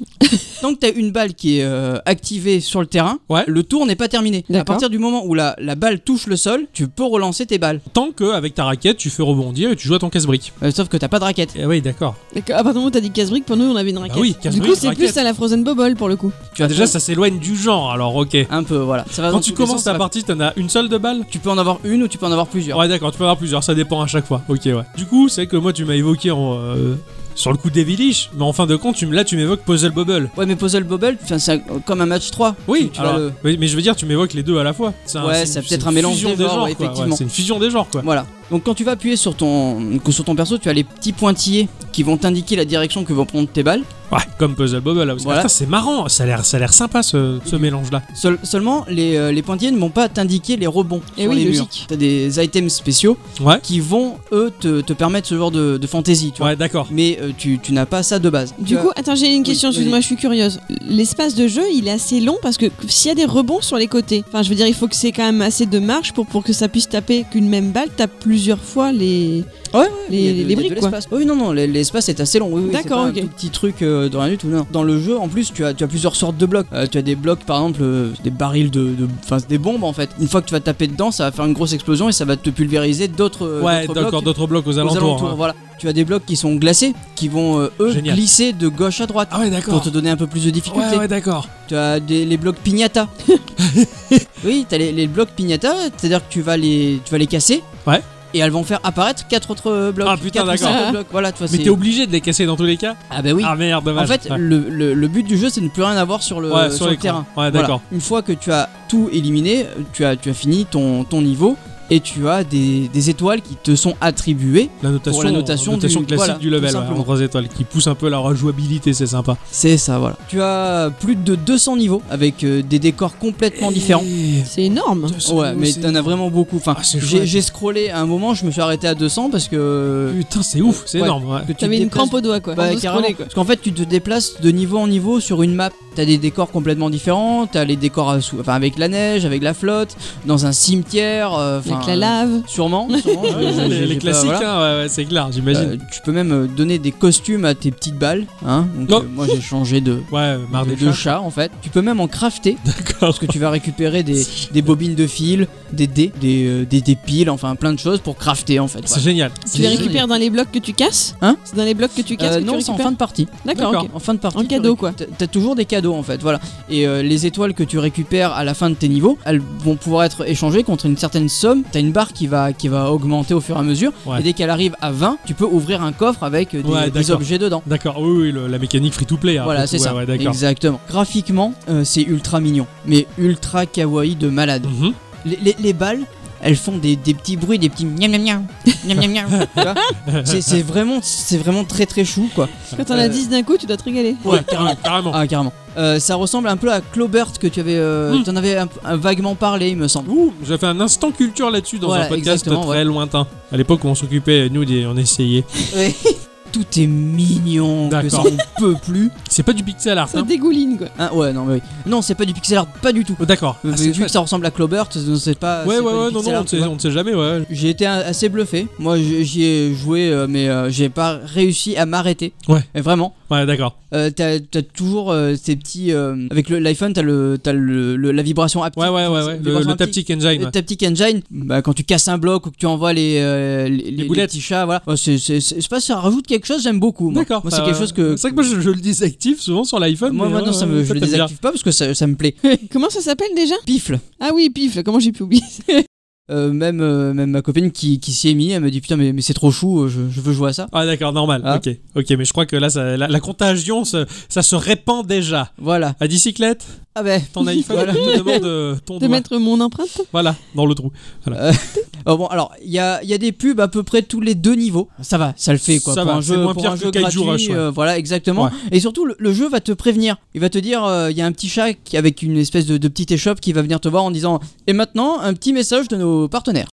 Speaker 2: Tant que t'as une balle qui est euh, activée sur le terrain,
Speaker 1: Ouais.
Speaker 2: le tour n'est pas terminé. À
Speaker 3: D'accord.
Speaker 2: partir du moment où la, la balle touche le sol, tu peux relancer tes balles.
Speaker 1: Tant qu'avec ta raquette, tu fais rebondir et tu joues à ton casse-brique.
Speaker 2: Euh, sauf que t'as pas de raquette.
Speaker 1: Eh oui, d'accord.
Speaker 3: D'accord. À partir du moment où ah, t'as dit casse-brique, pour nous on avait
Speaker 2: Bah
Speaker 3: une raquette.
Speaker 1: oui,
Speaker 3: du
Speaker 1: casse-brique,
Speaker 3: coup c'est
Speaker 1: raquette.
Speaker 3: plus à la Frozen Bubble pour le coup.
Speaker 2: Tu vas
Speaker 1: Bah, Déjà,
Speaker 2: faire
Speaker 1: ça s'éloigne du genre, alors ok.
Speaker 2: Un peu, voilà. Ah, Ça va
Speaker 1: Quand
Speaker 2: dans
Speaker 1: tu
Speaker 2: tous les
Speaker 1: commences
Speaker 2: sens,
Speaker 1: ta
Speaker 2: ça va-
Speaker 1: partie, t'en as une seule de balle
Speaker 2: Tu peux en avoir une ou tu peux en avoir plusieurs.
Speaker 1: Ouais, d'accord, tu peux en avoir plusieurs, ça dépend à chaque fois. Ok, ouais. Du coup, c'est que moi, tu m'as évoqué en, euh, sur le coup de Devilish, mais en fin de compte, tu, me- là, tu m'évoques Puzzle Bubble.
Speaker 2: Ouais, mais Puzzle Bobble, enfin, c'est un- comme un match 3.
Speaker 1: Oui,
Speaker 2: Tu- tu vas
Speaker 1: alors,
Speaker 2: le-
Speaker 1: oui, mais je veux dire, tu m'évoques les deux à la fois. un-
Speaker 2: Ouais,
Speaker 1: une-
Speaker 2: c'est peut-être
Speaker 1: une
Speaker 2: un mélange
Speaker 1: fusion
Speaker 2: des genres, ouais,
Speaker 1: quoi.
Speaker 2: effectivement.
Speaker 1: c'est une fusion des genres, quoi.
Speaker 2: Voilà. Donc quand tu vas appuyer sur ton, que sur ton perso, tu as les petits pointillés qui vont t'indiquer la direction que vont prendre tes balles.
Speaker 1: Ouais, comme Puzzle Bubble. Là, parce que,
Speaker 2: Voilà.
Speaker 1: putain, c'est marrant, ça a l'air, ça a l'air sympa ce, ce mélange-là.
Speaker 2: Seul- seulement, les, euh, les pointillés ne vont pas t'indiquer les rebonds
Speaker 3: Eh
Speaker 2: sur
Speaker 3: oui,
Speaker 2: les
Speaker 3: logique.
Speaker 2: murs. T'as des items spéciaux
Speaker 1: Ouais.
Speaker 2: qui vont, eux, te, te permettre ce genre de, de fantaisie, tu vois.
Speaker 1: Ouais, d'accord.
Speaker 2: Mais euh, tu, tu n'as pas ça de base. Tu
Speaker 3: Du
Speaker 2: as-
Speaker 3: coup, attends, j'ai une
Speaker 2: Oui,
Speaker 3: question,
Speaker 2: vas-y.
Speaker 3: excuse-moi, je suis curieuse. L'espace de jeu, il est assez long parce que s'il y a des rebonds sur les côtés, enfin, je veux dire, il faut que c'est quand même assez de marge pour, pour que ça puisse taper qu'une même balle tape plusieurs fois les.
Speaker 2: Ouais, ouais,
Speaker 3: les-
Speaker 2: il y a de-
Speaker 3: les
Speaker 2: il y a de
Speaker 3: briques, quoi.
Speaker 2: l'espace. Oui, non, non, l- l'espace est assez long. Oui, oui, c'est
Speaker 3: D'accord,
Speaker 2: pas
Speaker 3: ok.
Speaker 2: Un tout petit truc euh, dans la nuit, tout non. Dans le jeu, en plus, tu as, tu as plusieurs sortes de blocs. Euh, tu as des blocs, par exemple, euh, des barils de, de- enfin, c'est des bombes en fait. Une fois que tu vas taper dedans, ça va faire une grosse explosion et ça va te pulvériser d'autres. euh,
Speaker 1: ouais,
Speaker 2: d'autres blocs.
Speaker 1: d'accord, d'autres blocs aux
Speaker 2: aux
Speaker 1: alentours.
Speaker 2: alentours,
Speaker 1: hein.
Speaker 2: voilà. Tu as des blocs qui sont glacés, qui vont euh, eux
Speaker 1: Génial.
Speaker 2: glisser de gauche à droite
Speaker 1: Ah ouais,
Speaker 2: pour
Speaker 1: d'accord.
Speaker 2: te donner un peu plus de difficulté.
Speaker 1: Ouais, ouais, d'accord.
Speaker 2: Tu as des, les blocs
Speaker 1: <laughs>
Speaker 2: pignata. oui, tu as les, les blocs pignata, c'est-à-dire que tu vas les, tu vas les casser.
Speaker 1: Ouais.
Speaker 2: Et elles vont faire apparaître quatre autres euh, blocs.
Speaker 1: Ah, putain,
Speaker 2: Quatre ou
Speaker 1: d'accord.
Speaker 2: cinq autres blocs. Voilà, tu vois,
Speaker 1: Mais
Speaker 2: c'est-
Speaker 1: t'es obligé de les casser dans tous les cas
Speaker 2: Ah bah oui.
Speaker 1: Ah merde,
Speaker 2: en
Speaker 1: dommage.
Speaker 2: fait,
Speaker 1: ouais.
Speaker 2: le, le- le but du jeu, c'est de ne plus rien avoir sur le,
Speaker 1: Ouais,
Speaker 2: sur
Speaker 1: sur
Speaker 2: le
Speaker 1: l'écran.
Speaker 2: terrain.
Speaker 1: Ouais,
Speaker 2: Voilà.
Speaker 1: d'accord.
Speaker 2: Une fois que tu as tout éliminé, tu as, tu as fini ton, ton niveau et tu as des, des étoiles qui te sont attribuées.
Speaker 1: La notation,
Speaker 2: pour la notation du-
Speaker 1: classique
Speaker 2: voilà,
Speaker 1: du
Speaker 2: tout
Speaker 1: level, ouais,
Speaker 2: simplement.
Speaker 1: en 3 étoiles, qui pousse un peu la rejouabilité, c'est sympa.
Speaker 2: C'est ça, voilà. Tu as plus de 200 niveaux avec euh, des décors complètement différents.
Speaker 1: Et-
Speaker 3: C'est énorme.
Speaker 2: Ouais, mais
Speaker 1: c'est-
Speaker 2: t'en as vraiment beaucoup. Enfin,
Speaker 1: Ah, c'est
Speaker 2: j'ai
Speaker 1: chouette.
Speaker 2: j'ai scrollé à un moment, je me suis arrêté à 200 parce que.
Speaker 1: Putain, c'est ouf, c'est
Speaker 2: Ouais.
Speaker 1: énorme. ouais.
Speaker 2: que tu
Speaker 3: T'avais
Speaker 2: te
Speaker 3: une
Speaker 2: déplaces-
Speaker 3: crampe au doigt, quoi.
Speaker 2: Bah,
Speaker 3: Faut se
Speaker 2: carrément.
Speaker 3: scroller, quoi.
Speaker 2: Parce qu'en fait, tu te déplaces de niveau en niveau sur une map. T'as des décors complètement différents. T'as les décors à sous- enfin, avec la neige, avec la flotte, dans un cimetière. euh, enfin,
Speaker 3: Avec la lave.
Speaker 1: <laughs>
Speaker 2: Sûrement. sûrement,
Speaker 1: Ouais,
Speaker 2: je- je- j'ai
Speaker 1: Ah, les, les
Speaker 2: pas-
Speaker 1: classiques,
Speaker 2: voilà.
Speaker 1: hein, ouais, ouais, c'est clair, j'imagine.
Speaker 2: Euh, tu peux même euh, donner des costumes à tes petites balles. Hein. Donc,
Speaker 1: Non.
Speaker 2: euh, moi, j'ai changé de,
Speaker 1: ouais, euh, marre
Speaker 2: de,
Speaker 1: des
Speaker 2: de <laughs> chat en fait. Tu peux même en crafter.
Speaker 1: D'accord.
Speaker 2: Parce que tu vas récupérer des, des bobines de fil, des dés, des, euh, des, des piles, enfin plein de choses pour crafter en fait.
Speaker 1: C'est
Speaker 2: ouais.
Speaker 1: génial.
Speaker 3: Tu les récupères dans les blocs que tu casses
Speaker 2: Hein
Speaker 3: C'est dans les blocs que tu casses
Speaker 2: Euh,
Speaker 3: que
Speaker 2: non,
Speaker 3: tu
Speaker 2: c'est en
Speaker 3: récupères
Speaker 2: fin de partie.
Speaker 3: D'accord,
Speaker 1: D'accord.
Speaker 3: ok.
Speaker 2: En fin de partie.
Speaker 3: En
Speaker 2: tu
Speaker 3: cadeau,
Speaker 2: récup-
Speaker 3: quoi.
Speaker 2: t'as- T'as toujours des cadeaux en fait, voilà. Et euh, les étoiles que tu récupères à la fin de tes niveaux, elles vont pouvoir être échangées contre une certaine somme t'as une barre qui va, qui va augmenter au fur et à mesure.
Speaker 1: Ouais.
Speaker 2: Et dès qu'elle arrive à 20, tu peux ouvrir un coffre avec euh, des,
Speaker 1: Ouais,
Speaker 2: des
Speaker 1: d'accord.
Speaker 2: objets dedans.
Speaker 1: D'accord, oui, oui, le- la mécanique free to play. hein,
Speaker 2: Voilà,
Speaker 1: après
Speaker 2: c'est
Speaker 1: tout.
Speaker 2: ça.
Speaker 1: Ouais, ouais, d'accord.
Speaker 2: Exactement. Graphiquement, euh, c'est ultra mignon, mais ultra kawaii de malade.
Speaker 1: Mhm.
Speaker 2: Les, les- les balles, elles font des, des petits bruits, des petits miam miam miam, miam miam miam.
Speaker 1: <laughs>
Speaker 2: Tu vois c'est, c'est vraiment, c'est vraiment très très chou quoi.
Speaker 3: Quand t'en as
Speaker 2: Euh,
Speaker 3: 10 d'un coup, tu dois te régaler.
Speaker 2: Ouais,
Speaker 1: Ah, carrément.
Speaker 2: Ah carrément. Euh, ça ressemble un peu à Clobert que tu avais, euh,
Speaker 1: Mm.
Speaker 2: t'en avais un- un vaguement parlé, il me semble.
Speaker 1: Ouh, j'ai fait un instant culture là-dessus dans
Speaker 2: Voilà,
Speaker 1: un podcast
Speaker 2: exactement,
Speaker 1: très lointain. À l'époque où on s'occupait, nous, des- on essayait.
Speaker 2: Ouais. Tout est mignon, que ça
Speaker 1: D'accord.
Speaker 2: on peut plus.
Speaker 1: C'est pas du pixel art.
Speaker 3: Ça
Speaker 1: hein.
Speaker 3: dégouline quoi.
Speaker 2: Hein, ouais, non mais oui. Non, c'est pas du pixel art, pas du tout.
Speaker 1: Oh, D'accord. Ah, c'est
Speaker 2: Vu que
Speaker 1: chouette.
Speaker 2: ça ressemble à Clobert, c'est pas.
Speaker 1: ouais,
Speaker 2: c'est
Speaker 1: ouais,
Speaker 2: pas du
Speaker 1: ouais, non,
Speaker 2: pixel
Speaker 1: non,
Speaker 2: art,
Speaker 1: on ne sait-
Speaker 2: tu vois.
Speaker 1: on ne sait jamais, ouais.
Speaker 2: J'ai été un- assez bluffé. Moi, j- j'y ai joué, euh, mais euh, j'ai pas réussi à m'arrêter.
Speaker 1: Ouais.
Speaker 2: Et vraiment.
Speaker 1: Ouais, d'accord.
Speaker 2: Euh, t'as t'as toujours euh, ces petits. euh, avec le- l'iPhone, t'as le, t'as le, le- la vibration haptique.
Speaker 1: Ouais, ouais, ouais, ouais. Le,
Speaker 2: Vibration
Speaker 1: le
Speaker 2: haptique.
Speaker 1: Taptic Engine.
Speaker 2: Le
Speaker 1: ouais.
Speaker 2: Taptic Engine, bah, quand tu casses un bloc ou que tu envoies les, euh, les, les- les
Speaker 1: boulettes.
Speaker 2: petits chats, voilà. Bah, c'est- c'est- c'est- je sais pas, ça rajoute quelque chose, j'aime beaucoup. moi.
Speaker 1: D'accord.
Speaker 2: Moi, c'est
Speaker 1: bah,
Speaker 2: quelque chose que.
Speaker 1: C'est vrai que moi, je, je le désactive souvent sur l'iPhone.
Speaker 2: moi,
Speaker 1: mais,
Speaker 2: maintenant,
Speaker 1: ouais,
Speaker 2: ça me,
Speaker 1: ouais,
Speaker 2: je
Speaker 1: toi,
Speaker 2: le
Speaker 1: t'aimes bien.
Speaker 2: désactive pas parce que ça, ça me plaît. <laughs>
Speaker 3: Comment ça s'appelle déjà
Speaker 2: Pifle.
Speaker 3: Ah oui, pif, comment j'ai pu oublier
Speaker 2: Euh, même, euh, même ma copine qui, qui s'y est mise, elle me dit putain, mais, mais c'est trop chou, euh, je, je veux jouer à ça.
Speaker 1: Ah d'accord, normal.
Speaker 2: Ah.
Speaker 1: Ok, ok, mais je crois que là, ça- la, la contagion, ça, ça se répand déjà.
Speaker 2: Voilà.
Speaker 1: À bicyclette,
Speaker 2: Ah ben. <laughs>
Speaker 1: ton iPhone
Speaker 2: Voilà.
Speaker 1: te demande euh, ton
Speaker 3: De
Speaker 1: doigt.
Speaker 3: mettre mon empreinte
Speaker 1: Voilà, dans le trou.
Speaker 2: Oh, bon, alors, il y a, il y a des pubs à peu près tous les deux niveaux. Ça va, ça le fait quoi.
Speaker 1: Ça
Speaker 2: pour
Speaker 1: va,
Speaker 2: un
Speaker 1: c'est
Speaker 2: jeu,
Speaker 1: moins
Speaker 2: pour
Speaker 1: pire
Speaker 2: un
Speaker 1: que
Speaker 2: jeu
Speaker 1: Kaiju
Speaker 2: gratuit,
Speaker 1: Rush, ouais.
Speaker 2: euh, voilà, exactement.
Speaker 1: Ouais.
Speaker 2: Et surtout, le, le jeu va te prévenir. Il va te dire, euh, il y a un petit chat qui, avec une espèce de, de petite échoppe qui va venir te voir en disant Et maintenant, un petit message de nos partenaires.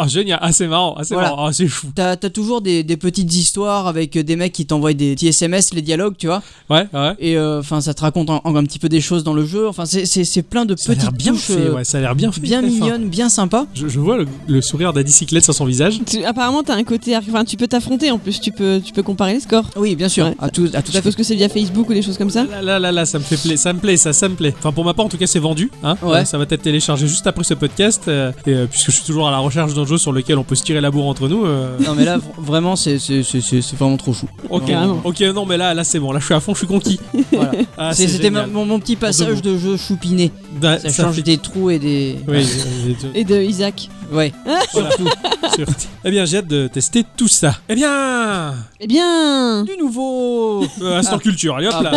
Speaker 1: Ah génial, ah c'est marrant, ah c'est
Speaker 2: Voilà.
Speaker 1: marrant, ah c'est fou.
Speaker 2: T'as t'as toujours des, des petites histoires avec des mecs qui t'envoient des petits SMS, les dialogues, tu vois.
Speaker 1: Ouais, ouais.
Speaker 2: Et euh, enfin, ça te raconte en- en- un petit peu des choses dans le jeu. Enfin, c'est- c'est c'est plein de
Speaker 1: Ça a l'air
Speaker 2: petites
Speaker 1: bien
Speaker 2: touches.
Speaker 1: fait,
Speaker 2: euh,
Speaker 1: ouais, ça a l'air bien fait.
Speaker 2: Bien
Speaker 1: très fin.
Speaker 2: mignonnes, bien sympa.
Speaker 1: Je, je vois le, le sourire d'Adicyclette sur son visage.
Speaker 3: Tu- Apparemment, t'as un côté. arc- Enfin, tu peux t'affronter en plus, tu peux, tu peux comparer les scores.
Speaker 2: Oui, bien sûr.
Speaker 3: Ouais.
Speaker 2: À tout, à tout
Speaker 3: Je
Speaker 2: à fait.
Speaker 3: suppose que c'est via Facebook ou des choses comme ça.
Speaker 1: Là, là, là, là, ça me fait plaisir, ça me plaît, ça, ça me plaît. Enfin, pour ma part, en tout cas, c'est vendu. Hein
Speaker 2: Ouais.
Speaker 1: Euh, ça va être téléchargé juste après ce podcast, euh, et, euh, puisque je suis toujours à la recherche d'un jeu sur lequel on peut se tirer la bourre entre nous.
Speaker 2: <laughs>
Speaker 1: euh,
Speaker 2: Non mais là v- vraiment c'est c'est- c'est- c'est- c'est vraiment trop <laughs> chou.
Speaker 1: ok,
Speaker 3: Carrément.
Speaker 1: ok, non, mais là, là, c'est bon, là, je suis à fond, je suis conquis.
Speaker 2: Voilà.
Speaker 1: Ah,
Speaker 2: C'est-
Speaker 1: c'est
Speaker 2: C'était ma-
Speaker 1: génial.
Speaker 2: mon, mon petit passage de jeu choupiné.
Speaker 1: Da-
Speaker 2: Ça, change
Speaker 1: fait-
Speaker 2: des trous et des.
Speaker 1: Oui, euh, je-
Speaker 3: Et de Isaac.
Speaker 2: Ouais.
Speaker 1: Voilà. Surtout. <laughs> Eh bien, j'ai hâte de tester tout ça. Eh bien,
Speaker 3: Eh bien
Speaker 2: Du nouveau.
Speaker 1: euh, Instant
Speaker 2: Ah.
Speaker 1: Culture, allez hop
Speaker 2: Ah.
Speaker 1: là.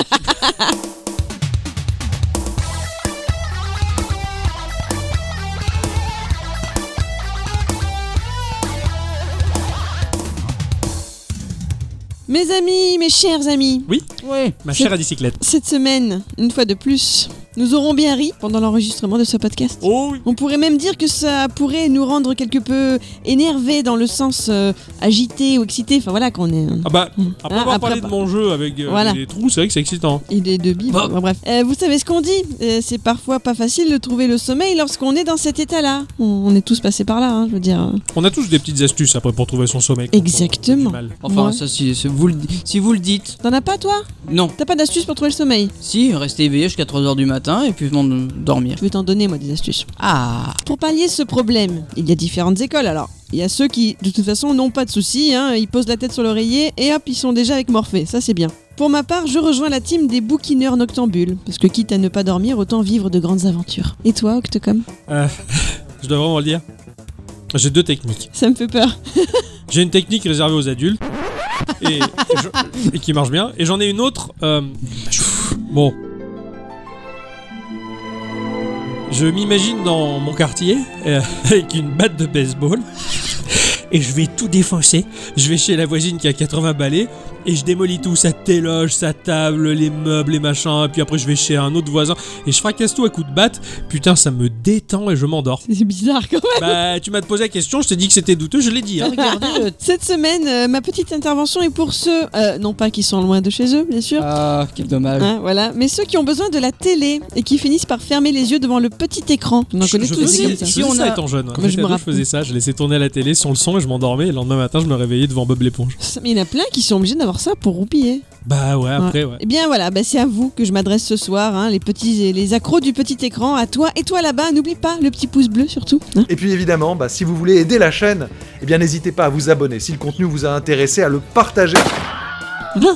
Speaker 3: Mes amis, mes chers amis,
Speaker 2: Ouais.
Speaker 1: Ma chère à bicyclette.
Speaker 3: cette semaine, une fois de plus, nous aurons bien ri pendant l'enregistrement de ce podcast.
Speaker 1: Oh oui.
Speaker 3: On pourrait même dire que ça pourrait nous rendre quelque peu énervés dans le sens euh, agité ou excité. Enfin voilà, qu'on est.
Speaker 1: Ah bah, après
Speaker 3: Ah,
Speaker 1: avoir
Speaker 3: après,
Speaker 1: parlé
Speaker 3: bah.
Speaker 1: de mon jeu avec euh,
Speaker 3: Voilà.
Speaker 1: les trous, c'est vrai que c'est excitant.
Speaker 3: Il est de bim. Enfin, bref. Euh, vous savez ce qu'on dit euh, C'est parfois pas facile de trouver le sommeil lorsqu'on est dans cet état-là. On, on est tous passés par là, hein, je veux dire. euh.
Speaker 1: On a tous des petites astuces après pour trouver son sommeil. quand on-
Speaker 3: Exactement.
Speaker 1: on a du mal.
Speaker 2: Enfin
Speaker 3: Ouais.
Speaker 2: ça si, si vous le si vous le dites.
Speaker 3: T'en as pas, toi
Speaker 2: Non.
Speaker 3: T'as pas d'astuce pour trouver le sommeil
Speaker 2: Si restez éveillé jusqu'à 3h du matin et puis venez de- dormir.
Speaker 3: Je vais t'en donner, moi, des astuces.
Speaker 2: Ah.
Speaker 3: Pour pallier ce problème, il y a différentes écoles. Alors, il y a ceux qui, de toute façon, n'ont pas de soucis. hein, ils posent la tête sur l'oreiller et hop, ils sont déjà avec Morphée. Ça, c'est bien. Pour ma part, je rejoins la team des bouquineurs noctambules. Parce que, quitte à ne pas dormir, autant vivre de grandes aventures. Et toi, Octocom
Speaker 1: Euh, je dois vraiment le dire. J'ai deux techniques.
Speaker 3: Ça me fait peur.
Speaker 1: J'ai une technique réservée aux adultes et, je- et qui marche bien. Et j'en ai une autre. euh, je- bon. Je m'imagine dans mon quartier euh, avec une batte de baseball et je vais tout défoncer. Je vais chez la voisine qui a 80 balais et je démolis tout, sa téloge, sa table, les meubles, les machins. Et puis après, je vais chez un autre voisin et je fracasse tout à coups de batte. Putain, ça me détend et je m'endors.
Speaker 3: C'est bizarre, quand même.
Speaker 1: bah, tu m'as posé la question, je t'ai dit que c'était douteux, je l'ai dit. hein.
Speaker 2: Regardez. euh,
Speaker 3: Cette semaine, euh, ma petite intervention est pour ceux, euh, non pas qui sont loin de chez eux, bien sûr,
Speaker 2: Ah quel dommage.
Speaker 3: Hein, voilà. Mais ceux qui ont besoin de la télé et qui finissent par fermer les yeux devant le petit écran. On en connaît
Speaker 1: je
Speaker 3: tous,
Speaker 1: faisais,
Speaker 3: c'est comme
Speaker 1: je
Speaker 3: ça.
Speaker 2: Si
Speaker 1: faisais
Speaker 2: on
Speaker 1: ça
Speaker 2: a-
Speaker 1: étant jeune. Quand
Speaker 3: je me
Speaker 1: j'étais ado, je
Speaker 3: rappelle.
Speaker 1: faisais ça, je laissais tourner la télé sans le son et je m'endormais. Et le lendemain matin, je me réveillais devant Bob l'éponge.
Speaker 3: Mais il y en a plein qui sont obligés d'avoir ça pour roupiller.
Speaker 1: Bah ouais, après, ouais.
Speaker 3: Eh bien voilà, bah, c'est à vous que je m'adresse ce soir, hein, les petits, les accros du petit écran, à toi et toi là-bas, n'oublie pas le petit pouce bleu surtout. hein.
Speaker 8: Et puis évidemment, bah, si vous voulez aider la chaîne, eh bien n'hésitez pas à vous abonner. Si le contenu vous a intéressé, à le partager.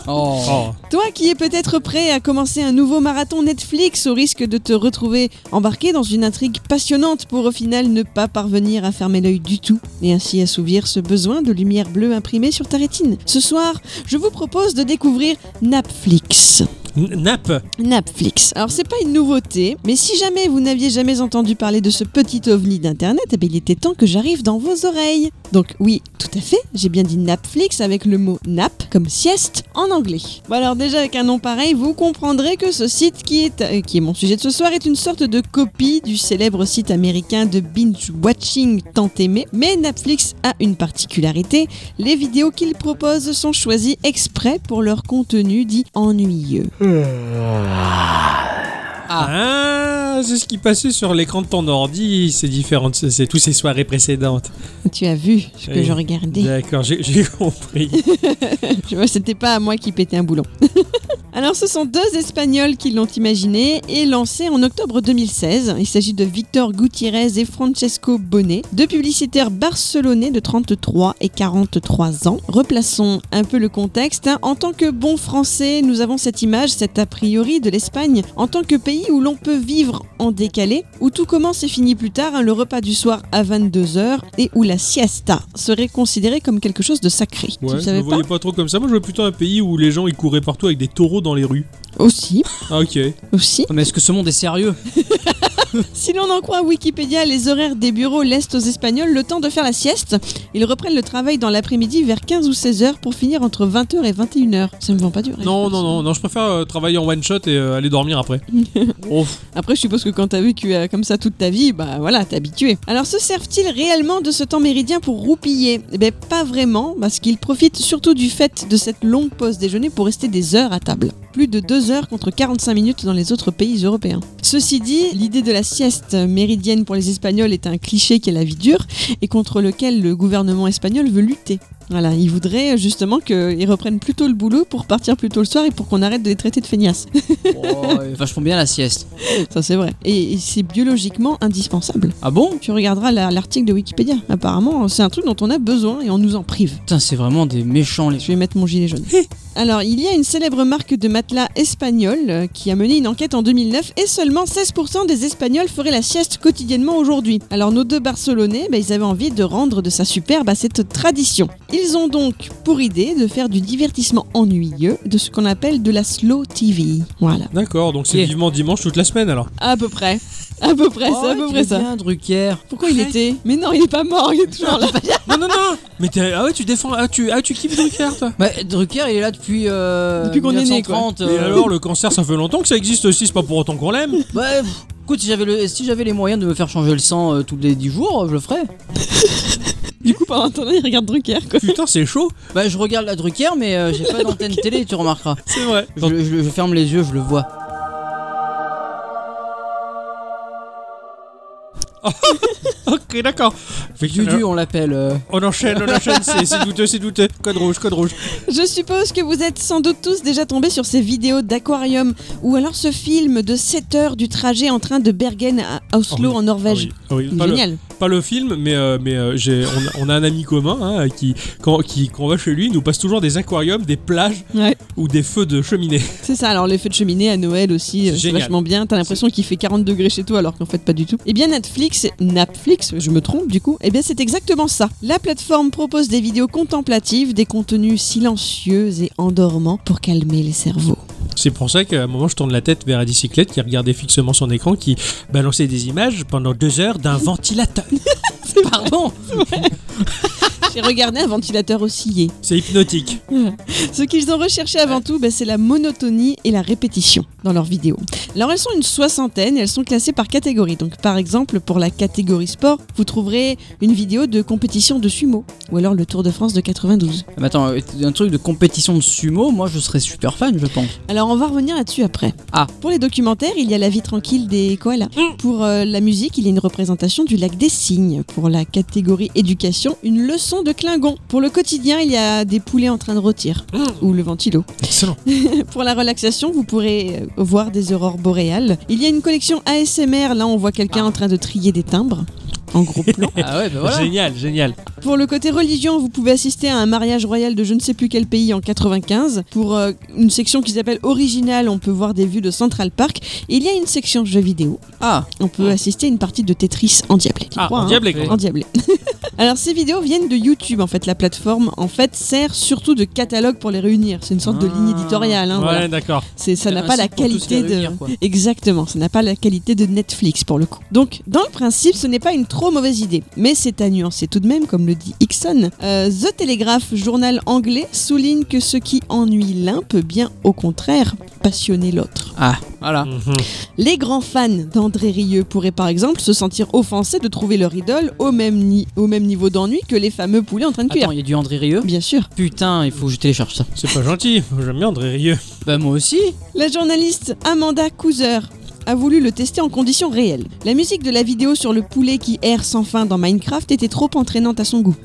Speaker 2: Oh.
Speaker 1: Oh.
Speaker 3: Toi qui es peut-être prêt à commencer un nouveau marathon Netflix au risque de te retrouver embarqué dans une intrigue passionnante pour au final ne pas parvenir à fermer l'œil du tout et ainsi assouvir ce besoin de lumière bleue imprimée sur ta rétine. Ce soir, je vous propose de découvrir Napflix.
Speaker 1: N- Nap
Speaker 3: Napflix. Alors c'est pas une nouveauté, mais si jamais vous n'aviez jamais entendu parler de ce petit ovni d'internet, eh bien, il était temps que j'arrive dans vos oreilles. Donc oui, tout à fait, j'ai bien dit Napflix avec le mot nap comme sieste en anglais. Bon alors déjà avec un nom pareil, vous comprendrez que ce site qui est euh, qui est mon sujet de ce soir est une sorte de copie du célèbre site américain de binge watching tant aimé, mais Netflix a une particularité, les vidéos qu'il propose sont choisies exprès pour leur contenu dit ennuyeux.
Speaker 1: Ah, c'est ce qui passait sur l'écran de ton ordi, c'est différent, de ce- c'est tous ces soirées précédentes.
Speaker 3: Tu as vu ce que
Speaker 1: Oui.
Speaker 3: je regardais.
Speaker 1: D'accord, j'ai j'ai
Speaker 3: <laughs>
Speaker 1: compris.
Speaker 3: Je vois, c'était pas à moi qui pétait un boulon. <laughs> Alors, ce sont deux Espagnols qui l'ont imaginé et lancé en octobre 2016. Il s'agit de Victor Gutiérrez et Francesco Bonnet, deux publicitaires barcelonais de 33 et 43 ans. Replaçons un peu le contexte. hein. En tant que bon français, nous avons cette image, cet a priori de l'Espagne, en tant que pays où l'on peut vivre en décalé, où tout commence et finit plus tard, hein, le repas du soir à 22h, et où la siesta serait considérée comme quelque chose de sacré.
Speaker 1: Ouais,
Speaker 3: tu ne
Speaker 1: je me
Speaker 3: savais pas
Speaker 1: voyais pas trop comme ça. Moi, je veux plutôt un pays où les gens ils couraient partout avec des taureaux dans les rues.
Speaker 3: Aussi,
Speaker 1: Ah, ok.
Speaker 3: aussi.
Speaker 2: Oh, Mais est-ce que ce monde est sérieux
Speaker 3: Si l'on en croit Wikipédia, les horaires des bureaux laissent aux Espagnols le temps de faire la sieste. Ils reprennent le travail dans l'après-midi vers 15 ou 16 heures pour finir entre 20h et 21h. Ça me vend pas dur.
Speaker 1: Non, non, non, non, je préfère euh, travailler en one shot et euh, aller dormir
Speaker 3: <laughs>
Speaker 1: après. Oh, Ouf.
Speaker 3: Après, je suppose que quand t'as vécu euh, comme ça toute ta vie, bah voilà, t'es habitué. Alors, se servent-ils réellement de ce temps méridien pour roupiller Eh ben, pas vraiment, parce qu'ils profitent surtout du fait de cette longue pause déjeuner pour rester des heures à table. Plus de 2 heures contre 45 minutes dans les autres pays européens. Ceci dit, l'idée de la sieste méridienne pour les Espagnols est un cliché qui est la vie dure et contre lequel le gouvernement espagnol veut lutter. Voilà, ils voudraient euh, justement qu'ils reprennent plus tôt le boulot pour partir plus tôt le soir et pour qu'on arrête de les traiter de feignasses.
Speaker 2: <laughs> oh, Vachement bien la sieste.
Speaker 3: Ça c'est vrai. Et, et c'est biologiquement indispensable.
Speaker 2: Ah bon
Speaker 3: Tu regarderas la- l'article de Wikipédia. Apparemment, c'est un truc dont on a besoin et on nous en prive.
Speaker 2: Putain, c'est vraiment des méchants les.
Speaker 3: Je vais mettre mon gilet jaune. Alors, il y a une célèbre marque de matelas espagnole euh, qui a mené une enquête en 2009 et seulement 16% des Espagnols feraient la sieste quotidiennement aujourd'hui. Alors, nos deux Barcelonais, bah, ils avaient envie de rendre de sa superbe à cette tradition. Ils ont donc pour idée de faire du divertissement ennuyeux, de ce qu'on appelle de la slow TV. Voilà.
Speaker 1: D'accord, donc c'est
Speaker 2: Yeah.
Speaker 1: vivement dimanche toute la semaine alors.
Speaker 3: À peu près. À peu près, c'est à
Speaker 2: Oh,
Speaker 3: peu près ça.
Speaker 2: Bien, Drucker.
Speaker 3: Pourquoi il était Mais non, il est pas mort, il est toujours là.
Speaker 1: Non, non, non Mais t'es- ah ouais, tu défends. Ah, tu, ah, tu kiffes Drucker toi
Speaker 2: Bah, Drucker, il est là depuis. Euh,
Speaker 3: Depuis qu'on est né, quoi.
Speaker 2: 1930,
Speaker 1: Et
Speaker 2: euh,
Speaker 1: alors, le cancer, ça fait longtemps que ça existe aussi, c'est pas pour autant qu'on l'aime.
Speaker 2: Ouais, pff, écoute, si j'avais le, si j'avais les moyens de me faire changer le sang euh, tous les 10 jours, je le ferais.
Speaker 3: <laughs> Du coup, pendant un temps, il regarde Drucker, quoi.
Speaker 1: Putain, c'est chaud
Speaker 2: Bah, je regarde la Drucker, mais euh, j'ai pas d'antenne télé, tu remarqueras.
Speaker 1: C'est vrai.
Speaker 2: Je, le- je le- je ferme les yeux, je le vois.
Speaker 1: Ok, d'accord. Fait que-
Speaker 2: Dudu, on l'appelle. euh.
Speaker 1: On enchaîne, on enchaîne, c'est c'est douteux, c'est douteux. Code rouge, code rouge.
Speaker 3: Je suppose que vous êtes sans doute tous déjà tombés sur ces vidéos d'aquarium ou alors ce film de 7 heures du trajet en train de Bergen à Oslo
Speaker 1: Oh oui.
Speaker 3: en Norvège.
Speaker 1: Ah oui, ah oui, pas, le,
Speaker 3: Génial.
Speaker 1: pas le film, mais, euh, mais euh, j'ai- on, a, on a un ami commun hein, qui, quand, qui, quand on va chez lui, il nous passe toujours des aquariums, des plages
Speaker 3: Ouais,
Speaker 1: ou des feux de cheminée.
Speaker 3: c'est ça. Alors, les feux de cheminée à Noël aussi,
Speaker 1: C'est
Speaker 3: euh, c'est
Speaker 1: génial.
Speaker 3: vachement bien. T'as l'impression qu'il fait 40 degrés chez toi alors qu'en fait, pas du tout. Eh bien, Netflix, Netflix, je me trompe du coup, eh bien, c'est exactement ça. La plateforme propose des vidéos contemplatives, des contenus silencieux et endormants pour calmer les cerveaux.
Speaker 1: C'est pour ça qu'à un moment, je tourne la tête vers la bicyclette qui regardait fixement son écran, qui balançait des images pendant deux heures d'un ventilateur.
Speaker 2: Pardon
Speaker 3: J'ai regardé un ventilateur osciller.
Speaker 1: C'est hypnotique.
Speaker 3: Ce qu'ils ont recherché avant tout, bah, c'est la monotonie et la répétition dans leurs vidéos. Alors elles sont une soixantaine et elles sont classées par catégorie. Donc par exemple, pour la catégorie sport, vous trouverez une vidéo de compétition de sumo ou alors le Tour de France de 92.
Speaker 2: Mais attends, euh, un truc de compétition de sumo, moi je serais super fan, je
Speaker 3: <laughs>
Speaker 2: pense.
Speaker 3: Alors on va revenir là-dessus après.
Speaker 2: Ah.
Speaker 3: Pour les documentaires, il y a la vie tranquille des koalas. Pour euh, la musique, il y a une représentation du lac des cygnes. Pour la catégorie éducation, une leçon de Klingon. Pour le quotidien, il y a des poulets en train de rôtir ou le ventilo.
Speaker 1: Excellent.
Speaker 3: Pour la relaxation, vous pourrez euh, voir des aurores boréales. Il y a une collection ASMR, là on voit quelqu'un en train de trier des timbres. en
Speaker 1: <laughs>
Speaker 3: gros plan.
Speaker 2: Ah ouais, bah voilà.
Speaker 1: Génial, génial.
Speaker 3: Pour le côté religion, vous pouvez assister à un mariage royal de je ne sais plus quel pays en 95. Pour euh, une section qu'ils appellent originale, on peut voir des vues de Central Park. Et il y a une section jeux vidéo.
Speaker 2: Ah,
Speaker 3: On peut assister à une partie de Tetris en diablé.
Speaker 1: Ah, en diablé, quand même.
Speaker 3: Endiablé. <laughs> Alors ces vidéos viennent de YouTube en fait. La plateforme en fait sert surtout de catalogue pour les réunir. C'est une sorte de ligne
Speaker 2: Ah.
Speaker 3: éditoriale. hein,
Speaker 1: ouais,
Speaker 3: voilà.
Speaker 1: d'accord.
Speaker 3: C'est- Ça n'a
Speaker 2: un
Speaker 3: pas la
Speaker 2: site pour tous les
Speaker 3: qualité de.
Speaker 2: réunir, quoi.
Speaker 3: Exactement, ça n'a pas la qualité de Netflix pour le coup. Donc, dans le principe, ce n'est pas une trop mauvaise idée, mais c'est à nuancer tout de même, comme le dit Hickson. Euh, The Telegraph, journal anglais, souligne que ce qui ennuie l'un peut bien, au contraire, passionner l'autre.
Speaker 2: ah, voilà.
Speaker 1: Mhm.
Speaker 3: Les grands fans d'André Rieu pourraient par exemple se sentir offensés de trouver leur idole au même, ni- au même niveau d'ennui que les fameux poulets en train de cuire.
Speaker 2: Attends, il y a du André Rieu.
Speaker 3: Bien sûr.
Speaker 2: Putain, il faut que je télécharge ça.
Speaker 1: C'est pas gentil. J'aime bien André Rieu.
Speaker 2: Bah moi aussi.
Speaker 3: La journaliste Amanda Couser a voulu le tester en conditions réelles. La musique de la vidéo sur le poulet qui erre sans fin dans Minecraft était trop entraînante à son goût.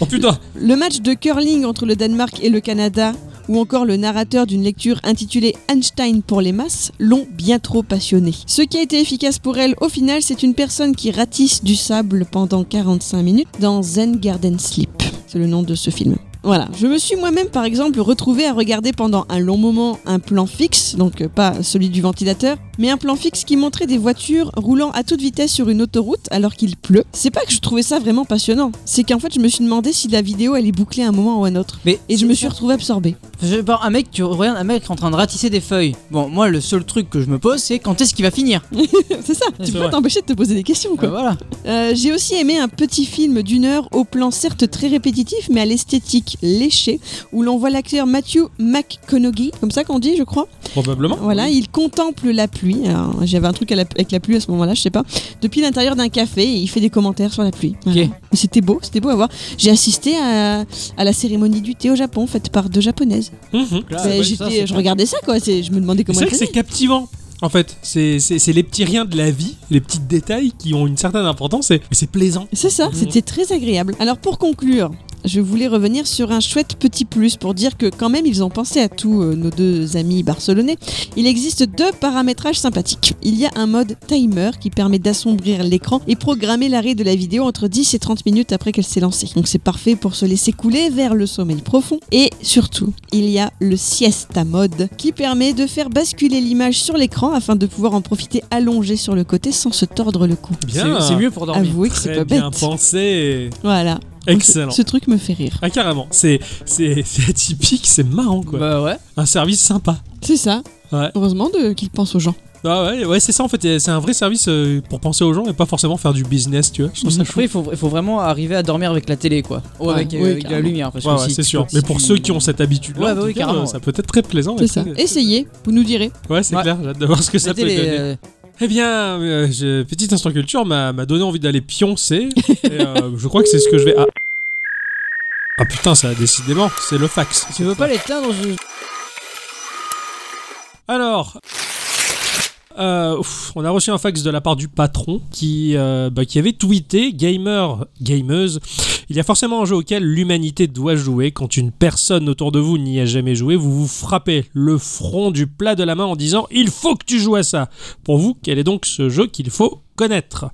Speaker 1: Oh putain.
Speaker 3: Le match de curling entre le Danemark et le Canada, ou encore le narrateur d'une lecture intitulée Einstein pour les masses, l'ont bien trop passionné. Ce qui a été efficace pour elle, au final, c'est une personne qui ratisse du sable pendant 45 minutes dans Zen Garden Sleep. C'est le nom de ce film. Voilà, je me suis moi-même par exemple retrouvée à regarder pendant un long moment un plan fixe, donc euh, pas celui du ventilateur, mais un plan fixe qui montrait des voitures roulant à toute vitesse sur une autoroute alors qu'il pleut. C'est pas que je trouvais ça vraiment passionnant, c'est qu'en fait je me suis demandé si la vidéo allait boucler à un moment ou à un autre.
Speaker 2: Mais
Speaker 3: Et je me suis retrouvée absorbée. <laughs>
Speaker 2: Je sais pas, un mec, tu regardes un mec en train de ratisser des feuilles. Bon, moi, le seul truc que je me pose, c'est quand est-ce qu'il va finir
Speaker 3: c'est ça,
Speaker 1: c'est
Speaker 3: tu peux
Speaker 1: vrai. Ah
Speaker 3: pas t'empêcher de te poser des questions
Speaker 2: Bah
Speaker 3: quoi.
Speaker 2: Voilà.
Speaker 3: Euh, J'ai aussi aimé un petit film d'une heure au plan certes très répétitif mais à l'esthétique léchée où l'on voit l'acteur Matthew McConaughey, comme ça qu'on dit je crois.
Speaker 1: Probablement.
Speaker 3: Voilà, il contemple la pluie. Alors, J'avais un truc à la- avec la pluie à ce moment-là, je sais pas. Depuis l'intérieur d'un café, et il fait des commentaires sur la pluie. Voilà.
Speaker 2: Ok.
Speaker 3: Mais C'était beau, c'était beau à voir. J'ai assisté à, à la cérémonie du thé au Japon faite par deux japonaises.
Speaker 1: Mhm.
Speaker 2: Bah,
Speaker 3: Mais j'étais- je regardais ça quoi, c'est- je me demandais
Speaker 1: C'est
Speaker 3: comment
Speaker 1: vrai
Speaker 3: elles
Speaker 1: que c'est
Speaker 3: faisaient.
Speaker 1: captivant. En fait, c'est c'est- c'est les petits riens de la vie, les petits détails qui ont une certaine importance et, et c'est plaisant.
Speaker 3: C'est ça,
Speaker 1: Mhm.
Speaker 3: c'était très agréable. Alors pour conclure, je voulais revenir sur un chouette petit plus pour dire que quand même ils ont pensé à tous euh, nos deux amis barcelonais. Il existe deux paramétrages sympathiques. Il y a un mode timer qui permet d'assombrir l'écran et programmer l'arrêt de la vidéo entre 10 et 30 minutes après qu'elle s'est lancée. Donc c'est parfait pour se laisser couler vers le sommeil profond. Et surtout, il y a le siesta mode qui permet de faire basculer l'image sur l'écran afin de pouvoir en profiter allongé sur le côté sans se tordre le cou.
Speaker 1: Bien.
Speaker 2: C'est- C'est mieux pour dormir.
Speaker 3: Avouez que c'est
Speaker 1: Très
Speaker 3: pas
Speaker 1: bien
Speaker 3: bête.
Speaker 1: pensé.
Speaker 3: Voilà. Donc, ce-
Speaker 1: Excellent.
Speaker 3: Ce, truc me fait rire.
Speaker 1: Ah carrément, c'est c'est <laughs> c'est atypique, c'est marrant quoi.
Speaker 2: Bah ouais.
Speaker 1: Un service sympa.
Speaker 3: C'est ça.
Speaker 1: Ouais.
Speaker 3: Heureusement de- qu'il pense aux gens.
Speaker 1: Ah ouais, ouais c'est ça en fait, c'est un vrai service euh, pour penser aux gens et pas forcément faire du business, tu vois. Je trouve ça chouette.
Speaker 2: Après, il faut, il faut vraiment arriver à dormir avec la télé, quoi. Ou
Speaker 3: Ouais,
Speaker 2: avec, euh,
Speaker 3: oui,
Speaker 2: avec de la
Speaker 3: carrément.
Speaker 2: lumière. Parce
Speaker 1: Ouais,
Speaker 2: que
Speaker 1: ouais,
Speaker 2: si-
Speaker 1: c'est sûr.
Speaker 2: si-
Speaker 1: Mais pour ceux qui ont cette habitude
Speaker 2: Ouais,
Speaker 1: là,
Speaker 2: bah oui, carrément,
Speaker 1: euh, ça peut être très plaisant. et
Speaker 3: C'est ça.
Speaker 1: très- très-
Speaker 3: Essayez, vous nous direz.
Speaker 1: Ouais, c'est
Speaker 2: Ouais.
Speaker 1: clair, j'ai hâte de voir ce que ça
Speaker 2: La
Speaker 1: peut donner.
Speaker 2: télé, euh,
Speaker 1: Eh bien, euh, je- petite instant culture m'a m'a donné envie d'aller pioncer. et, euh, je crois que c'est ce que je vais. Ah. Ah putain, ça décidément, c'est le fax.
Speaker 2: tu veux pas l'éteindre
Speaker 1: Bah,
Speaker 2: je-
Speaker 1: Alors. euh, ouf, on a reçu un fax de la part du patron qui, euh, bah, qui avait tweeté Gamer, gameuse, il y a forcément un jeu auquel l'humanité doit jouer. Quand une personne autour de vous n'y a jamais joué, vous vous frappez le front du plat de la main en disant Il faut que tu joues à ça Pour vous, quel est donc ce jeu qu'il faut connaître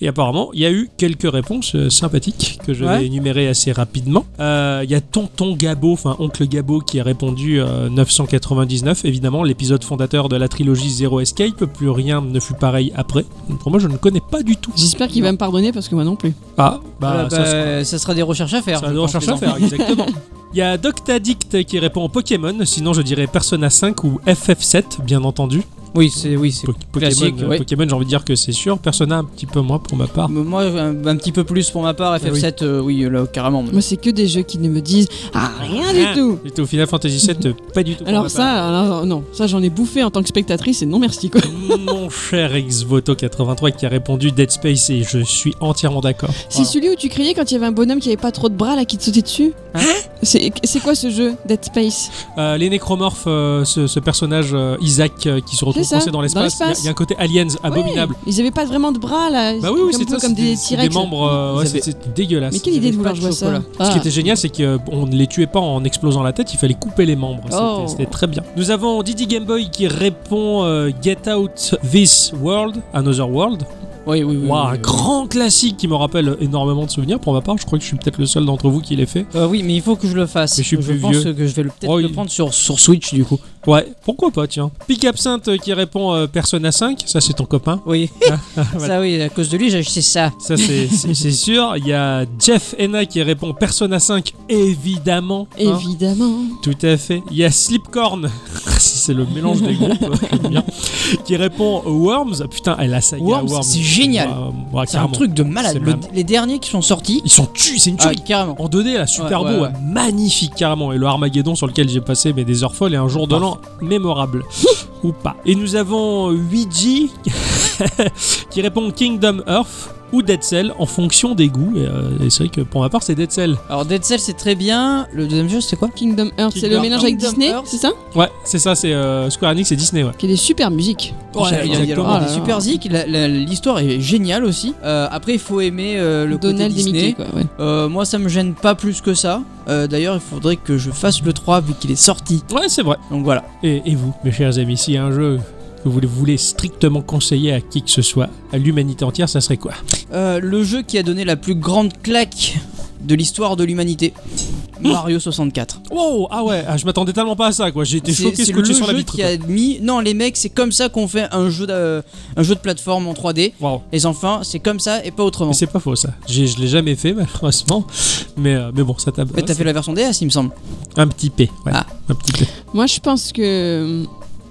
Speaker 1: et apparemment, il y a eu quelques réponses euh, sympathiques que je
Speaker 2: Ouais.
Speaker 1: vais énumérer assez rapidement. Euh, Il y a Tonton Gabo, enfin Oncle Gabo, qui a répondu euh, 999. Évidemment, l'épisode fondateur de la trilogie Zero Escape, plus rien ne fut pareil après. Pour moi, je ne connais pas du tout.
Speaker 3: J'espère qu'il va me pardonner parce que moi non plus.
Speaker 1: Ah,
Speaker 2: Voilà,
Speaker 1: bah, ça
Speaker 2: bah,
Speaker 1: se-
Speaker 2: ça sera des recherches à faire.
Speaker 1: ça
Speaker 2: je
Speaker 1: nous
Speaker 2: pense,
Speaker 1: recherche
Speaker 2: les
Speaker 1: à faire,
Speaker 2: enfants. <laughs>
Speaker 1: exactement. Il y a Doctadict qui répond Pokémon, sinon je dirais Persona 5 ou FF7, bien entendu.
Speaker 2: Oui, c'est oui, c'est.
Speaker 1: Po- Pokémon,
Speaker 2: classique,
Speaker 1: euh,
Speaker 2: ouais.
Speaker 1: Pokémon, j'ai envie de dire que c'est sûr. Persona, un petit peu moins pour ma part.
Speaker 2: Moi, un, un petit peu plus pour ma
Speaker 1: Eh
Speaker 2: part. FF7, euh, oui, là, carrément.
Speaker 3: Moi, c'est que des jeux qui ne me disent ah, rien du tout.
Speaker 1: Et au Final Fantasy
Speaker 2: <laughs>
Speaker 1: VII, euh, pas du tout. pour
Speaker 3: Alors
Speaker 1: ma part.
Speaker 3: ça, alors, non, ça j'en ai bouffé en tant que spectatrice et non merci quoi.
Speaker 1: Mon cher Xvoto83 qui a répondu Dead Space et je suis entièrement d'accord.
Speaker 3: C'est celui où tu criais quand il y avait un bonhomme qui avait pas trop de bras là qui te sautait dessus.
Speaker 1: Hein
Speaker 3: Hein C'est c'est quoi ce jeu Dead Space
Speaker 1: Euh, les nécromorphes, euh, ce, ce personnage euh, Isaac euh, qui se retrouve
Speaker 3: C'est ça,
Speaker 1: coincé dans
Speaker 3: dans
Speaker 1: l'espace, il y a-
Speaker 3: l'espace.
Speaker 1: il y, a un côté aliens abominable.
Speaker 3: Ouais, Ils avaient pas vraiment de bras là.
Speaker 1: Bah oui, oui,
Speaker 3: comme,
Speaker 1: c'est
Speaker 3: peu
Speaker 1: ça,
Speaker 3: comme
Speaker 1: c'est
Speaker 3: des
Speaker 1: c'est
Speaker 3: T-Rex.
Speaker 1: membres. euh,
Speaker 2: Ils
Speaker 1: ouais,
Speaker 2: avaient-
Speaker 1: c'est- c'est dégueulasse.
Speaker 3: Mais quelle idée de vouloir
Speaker 2: Pas de
Speaker 3: jouer à ça
Speaker 2: chocolat.
Speaker 1: Ce
Speaker 3: Ah.
Speaker 1: qui était génial, c'est qu'on ne les tuait pas en explosant la tête, il fallait couper les membres. C'était-
Speaker 3: Oh.
Speaker 1: C'était très bien. Nous avons Didi Game Boy qui répond euh, Get Out This World, Another World.
Speaker 2: Oui, oui, oui.
Speaker 1: Waouh,
Speaker 2: oui,
Speaker 1: un
Speaker 2: oui.
Speaker 1: grand classique qui me rappelle énormément de souvenirs. Pour ma part, je crois que je suis peut-être le seul d'entre vous qui l'ait fait.
Speaker 2: Euh, oui, mais il faut que je le fasse.
Speaker 1: Mais je suis plus
Speaker 2: pense
Speaker 1: vieux.
Speaker 2: que je vais le- peut-être
Speaker 1: Oh,
Speaker 2: le
Speaker 1: il-
Speaker 2: prendre sur, sur Switch du coup.
Speaker 1: Ouais, pourquoi pas, tiens. Pic Absinthe euh, qui répond euh, Persona 5, ça c'est ton copain. <laughs>
Speaker 2: Oui.
Speaker 1: voilà.
Speaker 2: Ça, oui, à cause de lui, j'ai acheté ça.
Speaker 1: Ça
Speaker 3: <laughs>
Speaker 1: c'est c'est- c'est sûr. Il y a Jeff Enna qui répond Persona 5, évidemment. hein.
Speaker 3: Évidemment.
Speaker 1: Tout à fait. Il y a Slipcorn, <laughs> c'est le mélange des
Speaker 2: <laughs>
Speaker 1: groupes, euh, j'aime bien, qui répond aux Worms. Ah, Putain, elle a ça.
Speaker 2: Worms, c'est génial. C'est un truc de
Speaker 1: C'est
Speaker 2: malade. Le-
Speaker 1: malade.
Speaker 2: les derniers qui sont sortis.
Speaker 1: Bah, Ils sont tués, c'est une
Speaker 2: Ah,
Speaker 1: tuerie.
Speaker 2: carrément.
Speaker 1: En 2D, là, super
Speaker 2: Ouais,
Speaker 1: beau,
Speaker 2: ouais,
Speaker 1: ouais, magnifique carrément. Et le Armageddon sur lequel j'ai passé mais, des heures folles et un jour de l'an mémorable. ou pas. Et nous avons Ouija <laughs> qui répond Kingdom Earth ou Dead Cell en fonction des goûts. Et, euh, et c'est vrai que pour ma part, c'est Dead Cell.
Speaker 2: Alors Dead Cell, c'est très bien. Le deuxième jeu, c'est quoi
Speaker 3: Kingdom Hearts, c'est le
Speaker 1: Kingdom
Speaker 3: mélange avec
Speaker 2: Hearts.
Speaker 3: Disney,
Speaker 2: Kingdom
Speaker 3: c'est ça
Speaker 1: Ouais, c'est ça, c'est euh, Square Enix et Disney, ouais.
Speaker 3: Qui a des super musiques.
Speaker 1: Ouais,
Speaker 2: Il y a- il y a- il y a
Speaker 1: exactement.
Speaker 2: vraiment des super zik. Ah, la- la- L'histoire est géniale aussi. Euh, après, il faut aimer euh, le côté
Speaker 3: Donald et
Speaker 2: Disney.
Speaker 3: Mickey, quoi. ouais.
Speaker 2: Euh, moi, ça me gêne pas plus que ça. Euh, D'ailleurs, il faudrait que je fasse le 3 vu qu'il est sorti.
Speaker 1: Ouais, c'est vrai.
Speaker 2: Donc voilà.
Speaker 1: Et, et vous, mes chers amis, s'il y a un jeu que vous voulez strictement conseiller à qui que ce soit, à l'humanité entière, ça serait quoi
Speaker 2: Euh, le jeu qui a donné la plus grande claque de l'histoire de l'humanité.
Speaker 1: Ah.
Speaker 2: Mario 64.
Speaker 1: Wow, ah ouais, ah, je m'attendais tellement pas à ça, quoi. J'ai été
Speaker 2: C'est-
Speaker 1: choqué,
Speaker 2: c'est le
Speaker 1: scotché sur la
Speaker 2: jeu
Speaker 1: vitre.
Speaker 2: qui a mis. Non, les mecs, c'est comme ça qu'on fait un jeu de, un jeu de plateforme en 3D.
Speaker 1: quoi. Wow.
Speaker 2: Les enfants, c'est comme ça et pas autrement.
Speaker 1: Mais c'est pas faux ça. J'ai- je l'ai jamais fait <laughs> malheureusement. Mais, euh, mais bon, ça tape.
Speaker 2: Mais t'as fait la version DS, il me semble.
Speaker 1: Un petit P. Ouais.
Speaker 2: Ah.
Speaker 1: Un petit P.
Speaker 3: Moi, je pense que euh,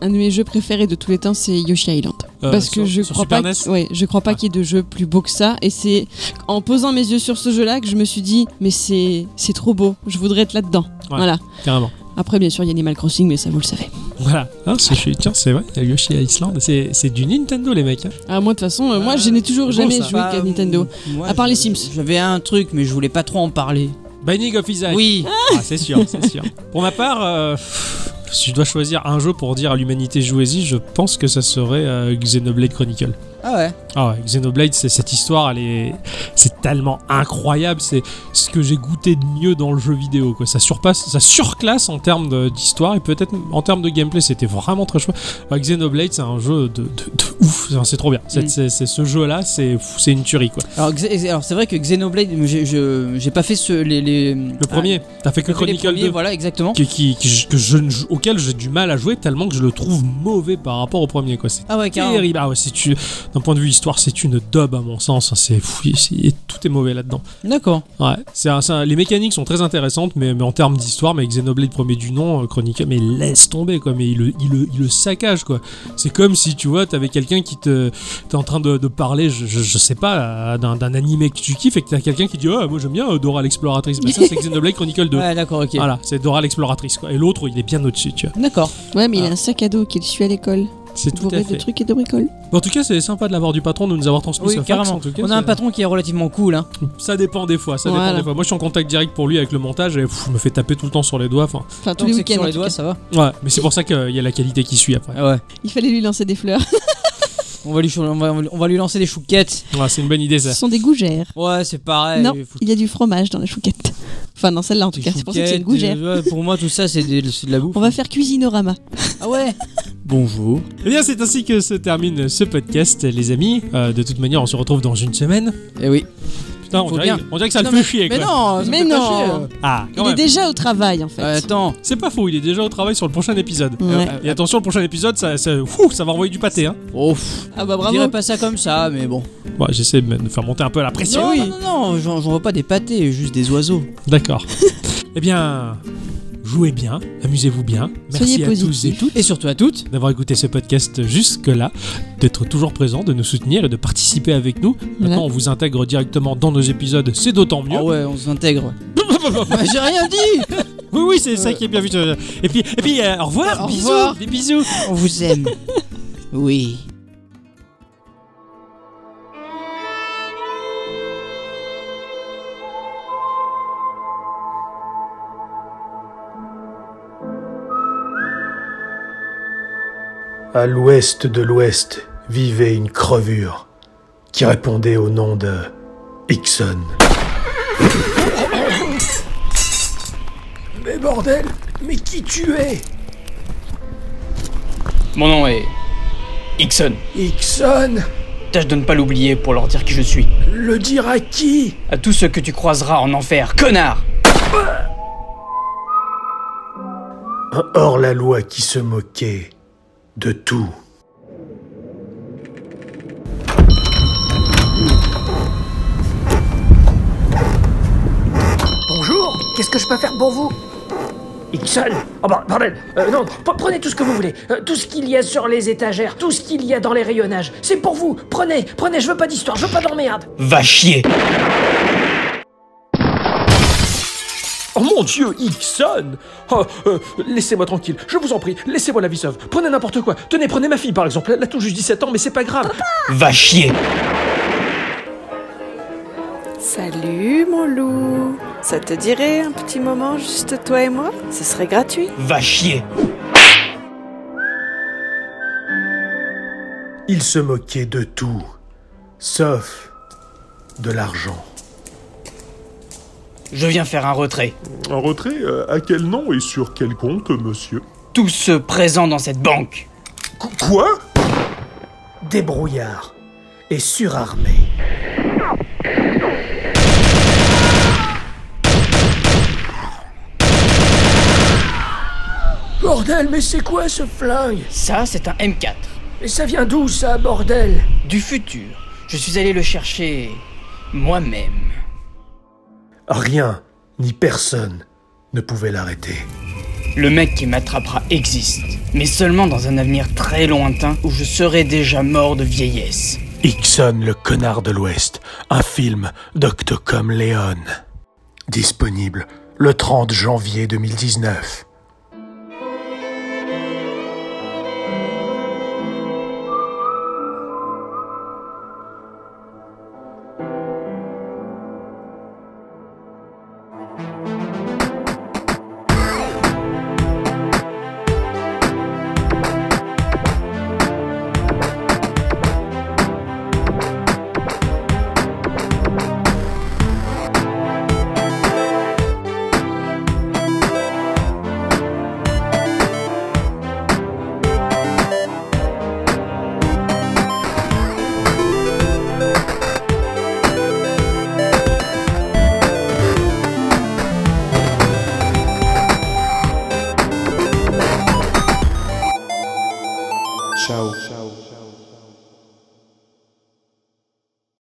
Speaker 3: un de mes jeux préférés de tous les temps, c'est Yoshi Island.
Speaker 1: Euh,
Speaker 3: Parce
Speaker 1: sur-
Speaker 3: que je
Speaker 1: sur
Speaker 3: crois,
Speaker 1: Super
Speaker 3: pas
Speaker 1: NES
Speaker 3: qu'il- ouais, je crois pas
Speaker 1: Ouais.
Speaker 3: qu'il y ait de jeu plus beau que ça. Et c'est en posant mes yeux sur ce jeu-là que je me suis dit, mais c'est c'est trop beau, je voudrais être là-dedans. Voilà.
Speaker 1: Carrément.
Speaker 3: Après, bien sûr, il y a Animal Crossing, mais ça, vous le savez.
Speaker 1: Voilà. Hein, c'est- je- tiens, c'est vrai, il y a Yoshi à Island. C'est c'est du Nintendo, les mecs. hein.
Speaker 3: Ah, moi, de toute façon, euh, moi, je n'ai toujours
Speaker 2: Bon,
Speaker 3: jamais
Speaker 2: ça.
Speaker 3: joué
Speaker 2: Bah,
Speaker 3: qu'à Nintendo.
Speaker 2: moi,
Speaker 3: À part les
Speaker 2: je-
Speaker 3: Sims.
Speaker 2: J'avais un truc, mais je voulais pas trop en parler.
Speaker 1: Binding of Isaac.
Speaker 2: Oui.
Speaker 1: Ah, c'est sûr, c'est sûr. Pour ma part, euh, pff, si je dois choisir un jeu pour dire à l'humanité jouez-y, je pense que ça serait euh, Xenoblade Chronicle.
Speaker 2: Ah ouais.
Speaker 1: Ah ouais, Xenoblade, c'est cette histoire, elle est, c'est tellement incroyable, c'est ce que j'ai goûté de mieux dans le jeu vidéo. Quoi. Ça surpasse, ça surclasse en termes de- d'histoire et peut-être en termes de gameplay, c'était vraiment très chouette. Enfin, Xenoblade, c'est un jeu de, de- de ouf, Enfin, c'est trop bien. C'est
Speaker 2: Mm.
Speaker 1: c'est- c'est- ce jeu-là, c'est fou, c'est une tuerie quoi.
Speaker 2: Alors, Xe- alors, c'est vrai que Xenoblade, j'ai- je- j'ai pas fait ce, les, les-
Speaker 1: Ah. Le premier, t'as fait que
Speaker 2: les
Speaker 1: Chronicle
Speaker 2: premiers,
Speaker 1: 2.
Speaker 2: Voilà, exactement.
Speaker 1: Qui, qui- qui- que je, ne joue- auquel j'ai du mal à jouer tellement que je le trouve mauvais par rapport au premier quoi. C'est
Speaker 2: Ah ouais, carrément.
Speaker 1: terrible. Ah ouais, c'est une- d'un point de vue histoire, c'est une daube à mon sens. hein. C'est fou, c'est- tout est mauvais là-dedans.
Speaker 2: D'accord.
Speaker 1: Ouais, c'est un- c'est un- les mécaniques sont très intéressantes, mais, mais en termes d'histoire, mais Xenoblade premier du nom, euh, Chronica, mais laisse tomber quoi, mais il le, il le, il le saccage quoi. C'est comme si tu vois, t'avais quelqu'un qui te, t'es en train de, de parler, je, je, je sais pas, à- d'un, d'un animé que tu kiffes et que t'as quelqu'un qui dit, oh, moi j'aime bien euh, Dora l'exploratrice, mais ça c'est Xenoblade Chronicle 2.
Speaker 2: Ouais, d'accord, ok.
Speaker 1: Voilà, c'est Dora l'exploratrice quoi. Et l'autre, il est bien au-dessus, tu vois.
Speaker 2: D'accord.
Speaker 3: Ouais, mais il
Speaker 1: Ah.
Speaker 3: a un sac à dos qu'il suit à l'école.
Speaker 1: C'est tout à
Speaker 3: Bourré de
Speaker 1: fait.
Speaker 3: trucs et de bricoles.
Speaker 1: Bon, en tout cas, c'est sympa de l'avoir du patron de nous avoir transmis
Speaker 2: Oui,
Speaker 1: ce fax,
Speaker 2: carrément.
Speaker 1: en tout cas,
Speaker 2: On a un
Speaker 1: c'est-
Speaker 2: patron qui est relativement cool. Hein.
Speaker 1: Ça dépend des fois, ça dépend
Speaker 3: Voilà.
Speaker 1: des fois. Moi, je suis en contact direct pour lui avec le montage et pff, je me fais taper tout le temps sur les doigts. Enfin,
Speaker 3: Enfin,
Speaker 2: Tant
Speaker 3: tous
Speaker 2: que
Speaker 3: les
Speaker 2: c'est que
Speaker 3: week-ends.
Speaker 2: sur
Speaker 3: en
Speaker 2: les
Speaker 3: tout
Speaker 2: doigts,
Speaker 3: cas.
Speaker 2: ça va.
Speaker 1: Ouais, mais c'est pour ça qu'il y a la qualité qui suit après.
Speaker 2: Ah ouais.
Speaker 3: Il fallait lui lancer des fleurs.
Speaker 2: On va lui, chou- on va, on va lui lancer des chouquettes.
Speaker 1: Ouais, c'est une bonne idée ça.
Speaker 3: Ce sont des gougères.
Speaker 2: Ouais, c'est pareil.
Speaker 3: non,
Speaker 2: il faut-
Speaker 3: il y a du fromage dans la chouquette. Enfin, dans celle-là en tout
Speaker 2: des
Speaker 3: cas. C'est pour ça que c'est une
Speaker 2: chouquettes,
Speaker 3: gougère.
Speaker 2: euh, ouais, pour moi, tout ça, c'est des- c'est de la bouffe.
Speaker 3: On va faire cuisinorama.
Speaker 2: Ah ouais. Bonjour.
Speaker 1: Et Eh bien, c'est ainsi que se termine ce podcast, les amis. Euh, de toute manière, on se retrouve dans une semaine.
Speaker 2: Eh oui.
Speaker 1: Putain, on
Speaker 2: Faut
Speaker 1: dirait,
Speaker 2: bien.
Speaker 1: on dirait que ça le
Speaker 2: Non,
Speaker 1: fait chier
Speaker 2: Mais
Speaker 1: quoi.
Speaker 2: non, ça
Speaker 3: Mais
Speaker 2: peut pas
Speaker 3: non.
Speaker 2: chier, euh.
Speaker 1: Ah,
Speaker 3: Il
Speaker 1: quand
Speaker 3: est
Speaker 1: même.
Speaker 3: déjà au travail en fait.
Speaker 2: Euh, Attends.
Speaker 1: C'est pas faux, il est déjà au travail sur le prochain épisode.
Speaker 3: Ouais.
Speaker 1: Et attention, le prochain épisode, ça, ça, ouh, ça va envoyer du pâté. Hein.
Speaker 2: Oh, pff,
Speaker 3: Ah bah
Speaker 2: je
Speaker 3: bravo.
Speaker 2: dirais pas ça comme ça, mais bon.
Speaker 1: Bon, J'essaie de me- de faire monter un peu la pression.
Speaker 2: non, non, non, non, j'en j'en vois pas des pâtés, juste des oiseaux. <laughs>
Speaker 1: D'accord. eh bien, jouez bien, amusez-vous bien. Merci
Speaker 3: Soyez
Speaker 1: à tous et
Speaker 3: positifs.
Speaker 1: toutes.
Speaker 2: Et surtout à toutes.
Speaker 1: d'avoir écouté ce podcast jusque-là, d'être toujours présent, de nous soutenir et de participer avec nous.
Speaker 3: Voilà.
Speaker 1: Maintenant, on vous intègre directement dans nos épisodes, c'est d'autant mieux.
Speaker 2: Ah ouais, on s'intègre. Bah, J'ai rien dit.
Speaker 1: Oui, oui, c'est ça qui est bien vu. Et puis, et puis euh, au revoir,
Speaker 2: Au
Speaker 1: bisous,
Speaker 2: revoir.
Speaker 1: des bisous.
Speaker 2: On vous aime. Oui.
Speaker 8: À l'ouest de l'ouest vivait une crevure qui répondait au nom de Ixon. Mais bordel, mais qui tu es
Speaker 9: Mon nom est. Ixon.
Speaker 8: Ixon
Speaker 2: Tâche de ne pas l'oublier pour leur dire qui je suis.
Speaker 10: Le dire à qui
Speaker 2: À tous ceux que tu croiseras en enfer, connard
Speaker 10: Un hors-la-loi qui se moquait de tout.
Speaker 11: Bonjour, qu'est-ce que je peux faire pour vous
Speaker 1: Ixon Oh bah, pardon euh, Non, pre- prenez tout ce que vous voulez Euh, Tout ce qu'il y a sur les étagères, tout ce qu'il y a dans les rayonnages, c'est pour vous Prenez, prenez, je veux pas d'histoire, je veux pas d'emmerde
Speaker 2: Va chier
Speaker 1: Oh mon dieu, Ixon Oh, euh, laissez-moi tranquille, je vous en prie, laissez-moi la vie sauve. Prenez n'importe quoi. Tenez, prenez ma fille par exemple, elle a tout juste 17 ans, mais c'est pas grave.
Speaker 2: Va chier
Speaker 3: Salut mon loup Ça te dirait un petit moment juste toi et moi Ce serait gratuit.
Speaker 2: Va chier
Speaker 10: Il se moquait de tout, sauf de l'argent.
Speaker 2: Je viens faire un retrait.
Speaker 12: Un retrait euh, À quel nom et sur quel compte, monsieur
Speaker 2: Tous ceux présents dans cette banque.
Speaker 12: Qu- quoi
Speaker 10: Débrouillard et surarmé.
Speaker 1: Bordel, mais c'est quoi ce flingue
Speaker 2: Ça, c'est un M4.
Speaker 1: Et ça vient d'où ça, bordel
Speaker 2: Du futur. Je suis allé le chercher moi-même.
Speaker 10: Rien ni personne ne pouvait l'arrêter.
Speaker 2: Le mec qui m'attrapera existe, mais seulement dans un avenir très lointain où je serai déjà mort de vieillesse.
Speaker 10: Ixon, le connard de l'Ouest, un film d'Octocom Léon. Disponible le 30 janvier 2019.
Speaker 8: Ciao.